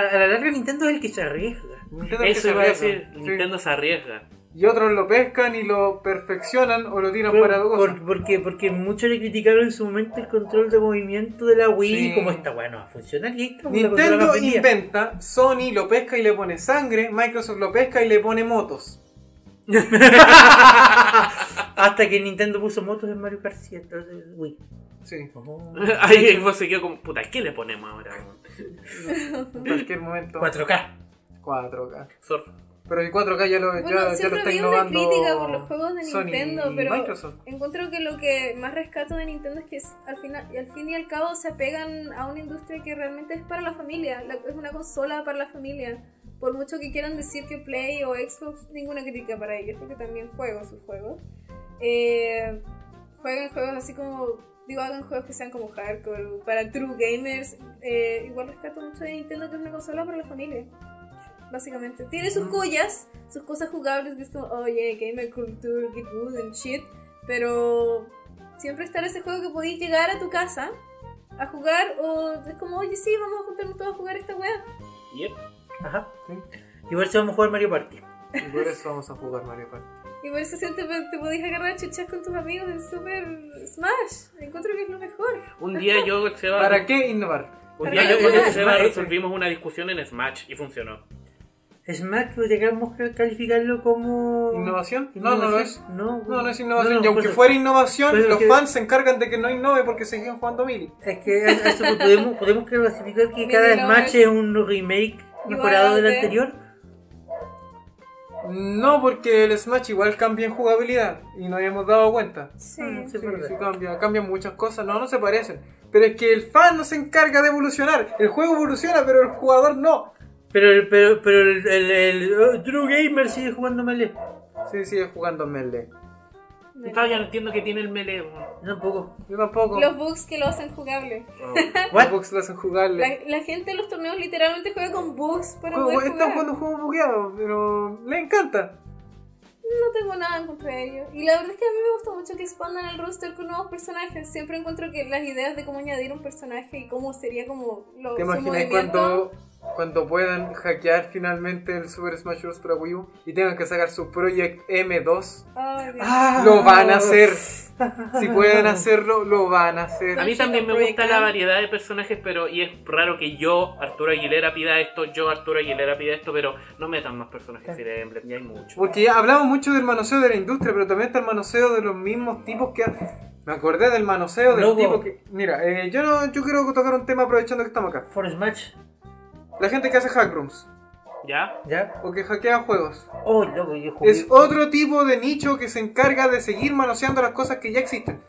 Speaker 4: a la larga, Nintendo es el que se arriesga.
Speaker 2: Nintendo es que
Speaker 3: Eso
Speaker 2: se
Speaker 3: iba a
Speaker 2: arriesga.
Speaker 3: decir,
Speaker 2: Sí.
Speaker 3: Nintendo se arriesga.
Speaker 2: Y otros lo pescan y lo perfeccionan o lo tiran
Speaker 4: Pero-
Speaker 2: para dos
Speaker 4: por- porque, porque muchos le criticaron en su momento el control de movimiento de la Wii,
Speaker 2: Sí.
Speaker 4: como está bueno, va a funcionar y ahí está. pues, la consola más
Speaker 2: Nintendo
Speaker 4: vendida.
Speaker 2: inventa, Sony lo pesca y le pone sangre, Microsoft lo pesca y le pone motos.
Speaker 4: Hasta que Nintendo puso motos en Mario Kart 7, entonces, Wii.
Speaker 2: Sí,
Speaker 4: Oh.
Speaker 3: Ahí vos se quedó como, puta, ¿qué le ponemos ahora?
Speaker 2: en cualquier momento.
Speaker 4: 4K.
Speaker 2: 4K.
Speaker 3: Surf.
Speaker 2: Pero el 4K ya lo, ya-
Speaker 5: Bueno,
Speaker 2: ya, lo
Speaker 5: siempre
Speaker 2: está
Speaker 5: había una
Speaker 2: innovando.
Speaker 5: crítica por los juegos de
Speaker 2: Sony
Speaker 5: Nintendo,
Speaker 2: y
Speaker 5: pero
Speaker 2: Microsoft.
Speaker 5: Encuentro que lo que más rescato de Nintendo es que es- al, final, y al fin y al cabo se apegan a una industria que realmente es para la familia, la- es una consola para la familia. Por mucho que quieran decir que Play o Xbox, ninguna crítica para ellos, porque también juegan sus juegos. Eh, jueguen juegos así como, digo, hagan juegos que sean como hardcore, para true gamers. Eh, igual rescato mucho de Nintendo que es una consola para la familia. Básicamente, tiene sus joyas, sus cosas jugables que es como, oye, gamer culture, get good and shit. Pero siempre estar ese juego que podéis llegar a tu casa a jugar o es como, oye, sí, vamos a juntarnos todos a jugar esta weá.
Speaker 3: Yep.
Speaker 4: Ajá.
Speaker 2: Sí.
Speaker 4: Igual se vamos a jugar Mario Party.
Speaker 2: Y por eso vamos a jugar Mario Kart.
Speaker 5: Y por eso siempre pues, te, te podéis agarrar a chuchas con tus amigos en Super Smash. Encuentro que es lo mejor.
Speaker 3: Un día yo, el Seba,
Speaker 2: ¿Para qué innovar?
Speaker 3: un
Speaker 5: ¿Para
Speaker 3: día
Speaker 5: qué?
Speaker 3: yo con el
Speaker 5: Es
Speaker 3: Seba
Speaker 4: más,
Speaker 3: resolvimos una discusión en Smash y funcionó.
Speaker 4: Smash, podríamos calificarlo como.
Speaker 2: ¿Innovación? No, no lo es.
Speaker 4: No,
Speaker 2: No, no es innovación.
Speaker 4: no,
Speaker 2: y aunque
Speaker 4: pues,
Speaker 2: fuera innovación,
Speaker 4: pues,
Speaker 2: los
Speaker 4: que-
Speaker 2: fans se encargan de que no innove porque se siguen jugando mili.
Speaker 4: Es que a- a eso que podemos, podemos clasificar que
Speaker 5: Mira,
Speaker 4: cada
Speaker 5: no
Speaker 4: Smash
Speaker 5: es-
Speaker 4: es un remake mejorado del
Speaker 5: Igual, ¿eh?
Speaker 4: anterior.
Speaker 2: No, porque el Smash igual cambia en jugabilidad y no habíamos dado cuenta.
Speaker 5: Sí.
Speaker 4: Mm,
Speaker 2: Sí,
Speaker 4: sí, verdad.
Speaker 2: sí cambia, cambian muchas cosas, no, no se parecen. Pero es que el fan no se encarga de evolucionar. El juego evoluciona, pero el jugador no.
Speaker 4: Pero, el- pero, pero el, el, el- oh, True Gamer sigue jugando mal.
Speaker 2: Sí, sigue jugando Melee.
Speaker 3: Todavía no entiendo que tiene el melee. weón.
Speaker 4: Tampoco.
Speaker 2: Yo tampoco.
Speaker 5: Los bugs que lo hacen jugable.
Speaker 2: Los
Speaker 4: ¿What?
Speaker 2: bugs lo hacen jugable.
Speaker 5: La, la gente en los torneos literalmente juega con bugs para
Speaker 2: Juego-
Speaker 5: poder
Speaker 2: Están
Speaker 5: jugar.
Speaker 2: jugando un juego bugueado, pero le encanta.
Speaker 5: No tengo nada en contra de ellos. Y la verdad es que a mí me gusta mucho que expandan el roster con nuevos personajes. Siempre encuentro que las ideas de cómo añadir un personaje y cómo sería como lo,
Speaker 2: ¿Te
Speaker 5: su
Speaker 2: imaginas
Speaker 5: movimiento.
Speaker 2: cuando, cuando puedan hackear finalmente el Super Smash Bros. para Wii U y tengan que sacar su Project M2?
Speaker 5: Ay, Dios.
Speaker 2: Ah, Lo van a hacer. Si pueden hacerlo, lo van a hacer.
Speaker 3: A mí también me gusta la variedad de personajes, pero y es raro que yo, Arturo Aguilera, pida esto, yo, Arturo Aguilera, pida esto, pero no metan más personajes Fire Emblem, ya hay mucho.
Speaker 2: Porque ya hablamos mucho del manoseo de la industria, pero también está el manoseo de los mismos tipos que... Me acordé del manoseo del
Speaker 4: Lobo.
Speaker 2: tipo que... Mira, eh, yo, no, yo quiero tocar un tema aprovechando que estamos acá.
Speaker 4: For Smash.
Speaker 2: La gente que hace hackrooms
Speaker 3: ¿Ya?
Speaker 4: ¿Ya?
Speaker 2: o que hackea juegos.
Speaker 4: Oh, loco, yo jugué.
Speaker 2: Es otro tipo de nicho que se encarga de seguir manoseando las cosas que ya existen.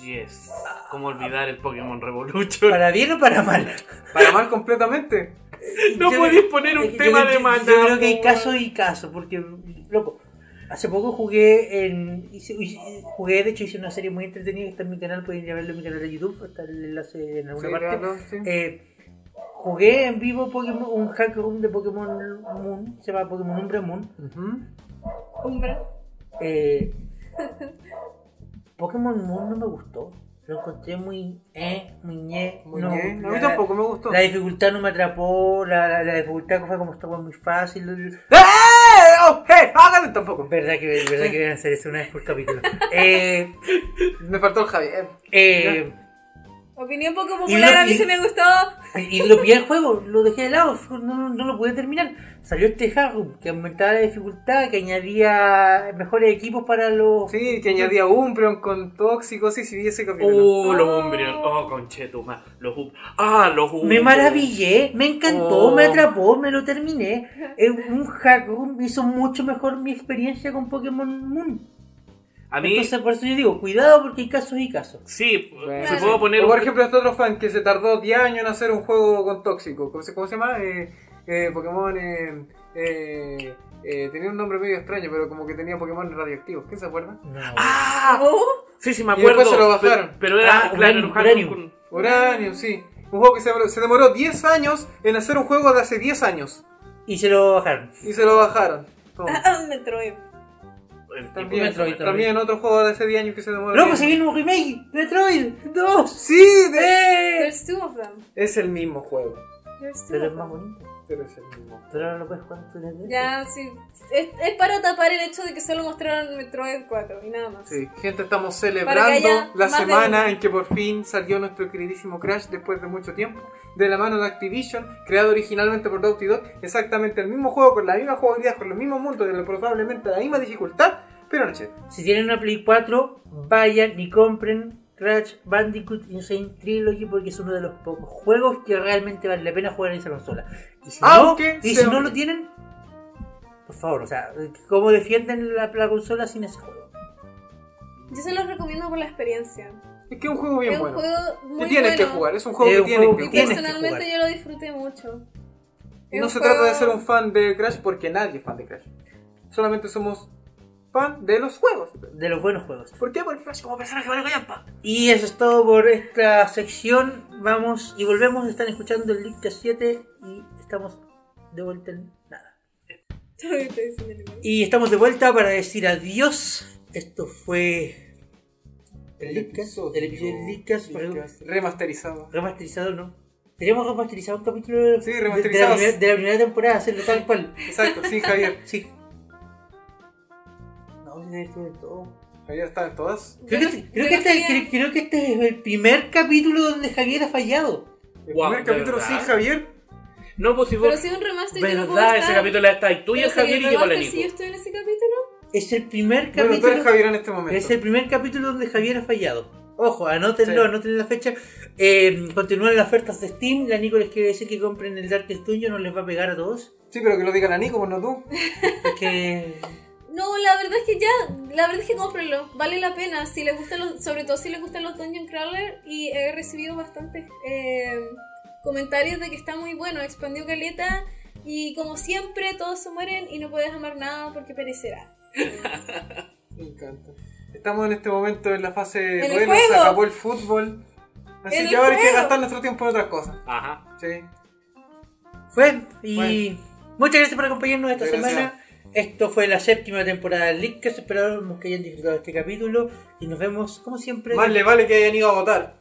Speaker 3: Yes. ¿Cómo olvidar el Pokémon Revolution?
Speaker 4: ¿Para bien o para mal?
Speaker 2: Para mal completamente.
Speaker 3: No
Speaker 4: Yo-
Speaker 3: podéis poner un
Speaker 4: yo-
Speaker 3: tema
Speaker 4: yo-
Speaker 3: de
Speaker 4: yo-
Speaker 3: maná.
Speaker 4: Yo creo que hay
Speaker 3: po,
Speaker 4: caso
Speaker 3: weón.
Speaker 4: y caso, porque, loco, hace poco jugué en. hice- hice- jugué, de hecho, hice una serie muy entretenida que está en mi canal, pueden ir a verlo en mi canal de YouTube, está el enlace en alguna
Speaker 2: Sí,
Speaker 4: parte.
Speaker 2: no, sí.
Speaker 4: Eh, jugué en vivo Pokémon, un hack room de Pokémon Moon, se llama Pokémon Umbra Moon.
Speaker 2: Ujú.
Speaker 5: Hombre.
Speaker 4: Eh, Pokémon Moon no me gustó. Lo encontré muy eh, muy ñe.
Speaker 2: Muy
Speaker 4: no,
Speaker 2: bien. A mí
Speaker 4: la-
Speaker 2: tampoco me gustó. ¡Eh,
Speaker 4: La dificultad no me atrapó, la, la, la dificultad fue como estaba muy fácil.
Speaker 2: ¡Eh! ¡Oh, hey! ¡Hágalo! Tampoco.
Speaker 4: Verdad que, verdad que deben hacer eso una vez por capítulo. Eh,
Speaker 2: Me faltó el Javier.
Speaker 4: eh,
Speaker 5: Opinión poco
Speaker 4: Y
Speaker 5: popular,
Speaker 4: lo-
Speaker 5: a mí
Speaker 4: y-
Speaker 5: se me gustó.
Speaker 4: y lo pillé el juego, lo dejé de lado, no, no- no lo pude terminar. Salió este Harum que aumentaba la dificultad, que añadía mejores equipos para los.
Speaker 2: Sí, que añadía Umbreon con tóxicos y si vi ese capítulo.
Speaker 3: Oh, los Umbreon. Oh, conchetuma. Los Umb- Ah, los Umbreon.
Speaker 4: Me maravillé, me encantó,
Speaker 3: Oh.
Speaker 4: me atrapó, me lo terminé. Eh, Un Harum hizo mucho mejor mi experiencia con Pokémon Moon.
Speaker 3: A mí,
Speaker 4: Entonces, por eso yo digo, cuidado porque hay casos y casos.
Speaker 3: sí,
Speaker 2: Bueno.
Speaker 3: se puedo poner
Speaker 2: O
Speaker 3: un-
Speaker 2: por ejemplo, este otro fan que se tardó 10 años en hacer un juego con tóxico. ¿Cómo se, cómo se llama? Eh, eh, Pokémon. eh, eh, eh, tenía un nombre medio extraño, pero como que tenía Pokémon radioactivos. ¿Quién se acuerda?
Speaker 4: No.
Speaker 3: Ah,
Speaker 5: Oh,
Speaker 3: sí, sí, me
Speaker 2: Y después
Speaker 3: acuerdo.
Speaker 2: se lo bajaron.
Speaker 3: Pero, pero era,
Speaker 4: Ah,
Speaker 3: claro, era un
Speaker 4: Uranium,
Speaker 3: Hack-
Speaker 4: Uranium.
Speaker 2: Uranium, sí. Un juego que se, se demoró 10 años en hacer un juego de hace 10 años.
Speaker 4: Y se lo bajaron.
Speaker 2: Y se lo bajaron.
Speaker 5: Ah.
Speaker 2: Toma.
Speaker 5: Metroid.
Speaker 3: el tipo
Speaker 2: También,
Speaker 3: de-
Speaker 4: Metroid,
Speaker 2: también otro juego de hace 10 años que se demoró.
Speaker 4: Loco,
Speaker 2: 10.
Speaker 4: se viene un remake, Metroid 2.
Speaker 2: Sí, de...
Speaker 5: There's two of them.
Speaker 2: Es el mismo juego.
Speaker 5: There's two
Speaker 4: Pero
Speaker 5: of
Speaker 4: es más
Speaker 5: them.
Speaker 4: bonito.
Speaker 2: Pero es el mismo.
Speaker 4: Pero ahora lo puedes jugar en tu teléfono.
Speaker 5: Ya, sí. Es, es para tapar el hecho de que solo mostraron Metroid 4 y nada más.
Speaker 2: Sí, gente, estamos
Speaker 5: Para que
Speaker 2: celebrando
Speaker 5: haya
Speaker 2: la
Speaker 5: más de
Speaker 2: semana
Speaker 5: uno.
Speaker 2: en que por fin salió nuestro queridísimo Crash después de mucho tiempo, de la mano de Activision, creado originalmente por Naughty Dog, exactamente el mismo juego, con la misma jugabilidad, con los mismos mundos, y probablemente la misma dificultad, pero no sé.
Speaker 4: Si tienen una Play 4, vayan y compren Crash Bandicoot Insane Trilogy porque es uno de los pocos juegos que realmente vale la pena jugar en esa consola. Y si, no,
Speaker 2: Aunque
Speaker 4: y
Speaker 2: sea
Speaker 4: si no
Speaker 2: un-
Speaker 4: lo tienen, por favor, o sea, ¿cómo defienden la, la consola sin ese juego?
Speaker 5: Yo se los recomiendo por la experiencia.
Speaker 2: Es que es un juego bien
Speaker 5: es un
Speaker 2: bueno.
Speaker 5: juego
Speaker 2: que
Speaker 5: muy
Speaker 2: tienes
Speaker 5: bueno.
Speaker 2: que jugar, es un juego
Speaker 4: Es
Speaker 2: que
Speaker 4: un
Speaker 2: tienes
Speaker 4: juego
Speaker 2: que
Speaker 4: que
Speaker 2: jugar.
Speaker 4: tienes
Speaker 5: Personalmente
Speaker 4: jugar.
Speaker 5: yo lo disfruté mucho.
Speaker 2: Y
Speaker 5: Es
Speaker 2: no
Speaker 5: un
Speaker 2: se
Speaker 5: juego-
Speaker 2: trata de ser un fan de Crash porque nadie es fan de Crash. Solamente somos fan de los juegos.
Speaker 4: De los buenos juegos.
Speaker 2: ¿Por qué? Porque Crash como personaje vale callampa.
Speaker 4: Y eso es todo por esta sección. Vamos y volvemos. Están escuchando el Link 7 y estamos de vuelta en nada.
Speaker 5: Estoy- estoy diciendo que-
Speaker 4: Y estamos de vuelta para decir adiós. Esto fue el Leadcast, el episodio del Leadcast, pero-
Speaker 2: Remasterizado.
Speaker 4: remasterizado, ¿no? Teníamos remasterizado un capítulo de-
Speaker 2: Sí,
Speaker 4: de-
Speaker 2: remasterizados.
Speaker 4: De, la, primer- de la primera temporada, hacerlo tal cual.
Speaker 2: Exacto, sí, Javier.
Speaker 4: Sí. No, ya estuvo en todo.
Speaker 2: Javier está en todas.
Speaker 4: Creo
Speaker 5: Yo
Speaker 4: que,
Speaker 5: no-
Speaker 4: creo,
Speaker 5: yo
Speaker 4: que
Speaker 5: no
Speaker 4: este,
Speaker 5: sabía-
Speaker 4: creo- creo que este es el primer capítulo donde Javier ha fallado.
Speaker 2: El
Speaker 3: Guau,
Speaker 2: primer
Speaker 3: ¿de
Speaker 2: capítulo
Speaker 3: verdad?
Speaker 2: sí, Javier.
Speaker 3: No, pues si
Speaker 5: Pero
Speaker 3: vos...
Speaker 5: si un remaster yo no puedo
Speaker 3: ¿Verdad? Ese
Speaker 5: estar.
Speaker 3: capítulo está y tú y
Speaker 5: Pero
Speaker 3: el Javier
Speaker 5: si
Speaker 3: y
Speaker 5: el
Speaker 3: llegó la
Speaker 5: remaster, Si yo
Speaker 3: Nico.
Speaker 5: estoy en ese capítulo,
Speaker 4: Es el primer
Speaker 2: Bueno,
Speaker 4: capítulo.
Speaker 2: tú eres Javier en este momento.
Speaker 4: Es el primer capítulo donde Javier ha fallado. Ojo, anótenlo,
Speaker 2: Sí.
Speaker 4: anoten la fecha. Eh, continúan las ofertas de Steam. La Nico les quiere decir que compren el Darkest Dungeon, no les va a pegar a todos.
Speaker 2: Sí, pero que lo digan a Nico, pues no tú.
Speaker 4: Porque
Speaker 5: no, la verdad es que ya, la verdad es que cómprenlo, vale la pena, si les gustan los, sobre todo si les gustan los Dungeon Crawler y he recibido bastantes eh, comentarios de que está muy bueno, expandió caleta y como siempre todos se mueren y no puedes amar nada porque perecerá.
Speaker 2: Me encanta. Estamos en este momento en la fase
Speaker 5: ¡En el
Speaker 2: duelo, se
Speaker 5: juego!
Speaker 2: acabó el fútbol. Así
Speaker 5: ¡En
Speaker 2: que
Speaker 5: el
Speaker 2: ahora hay que
Speaker 5: juego!
Speaker 2: gastar nuestro tiempo en otras cosas.
Speaker 3: Ajá.
Speaker 2: Sí.
Speaker 4: fue. Y
Speaker 2: Bueno.
Speaker 4: muchas gracias por acompañarnos esta
Speaker 2: Gracias.
Speaker 4: semana. Esto fue la séptima temporada de League. Esperamos que hayan disfrutado este capítulo. Y nos vemos, como siempre.
Speaker 2: Más le vale que hayan ido a votar.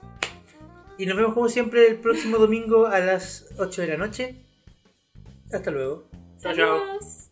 Speaker 4: Y nos vemos, como siempre, el próximo domingo a las 8 de la noche. Hasta luego.
Speaker 3: Chao, chao.
Speaker 5: Saludos.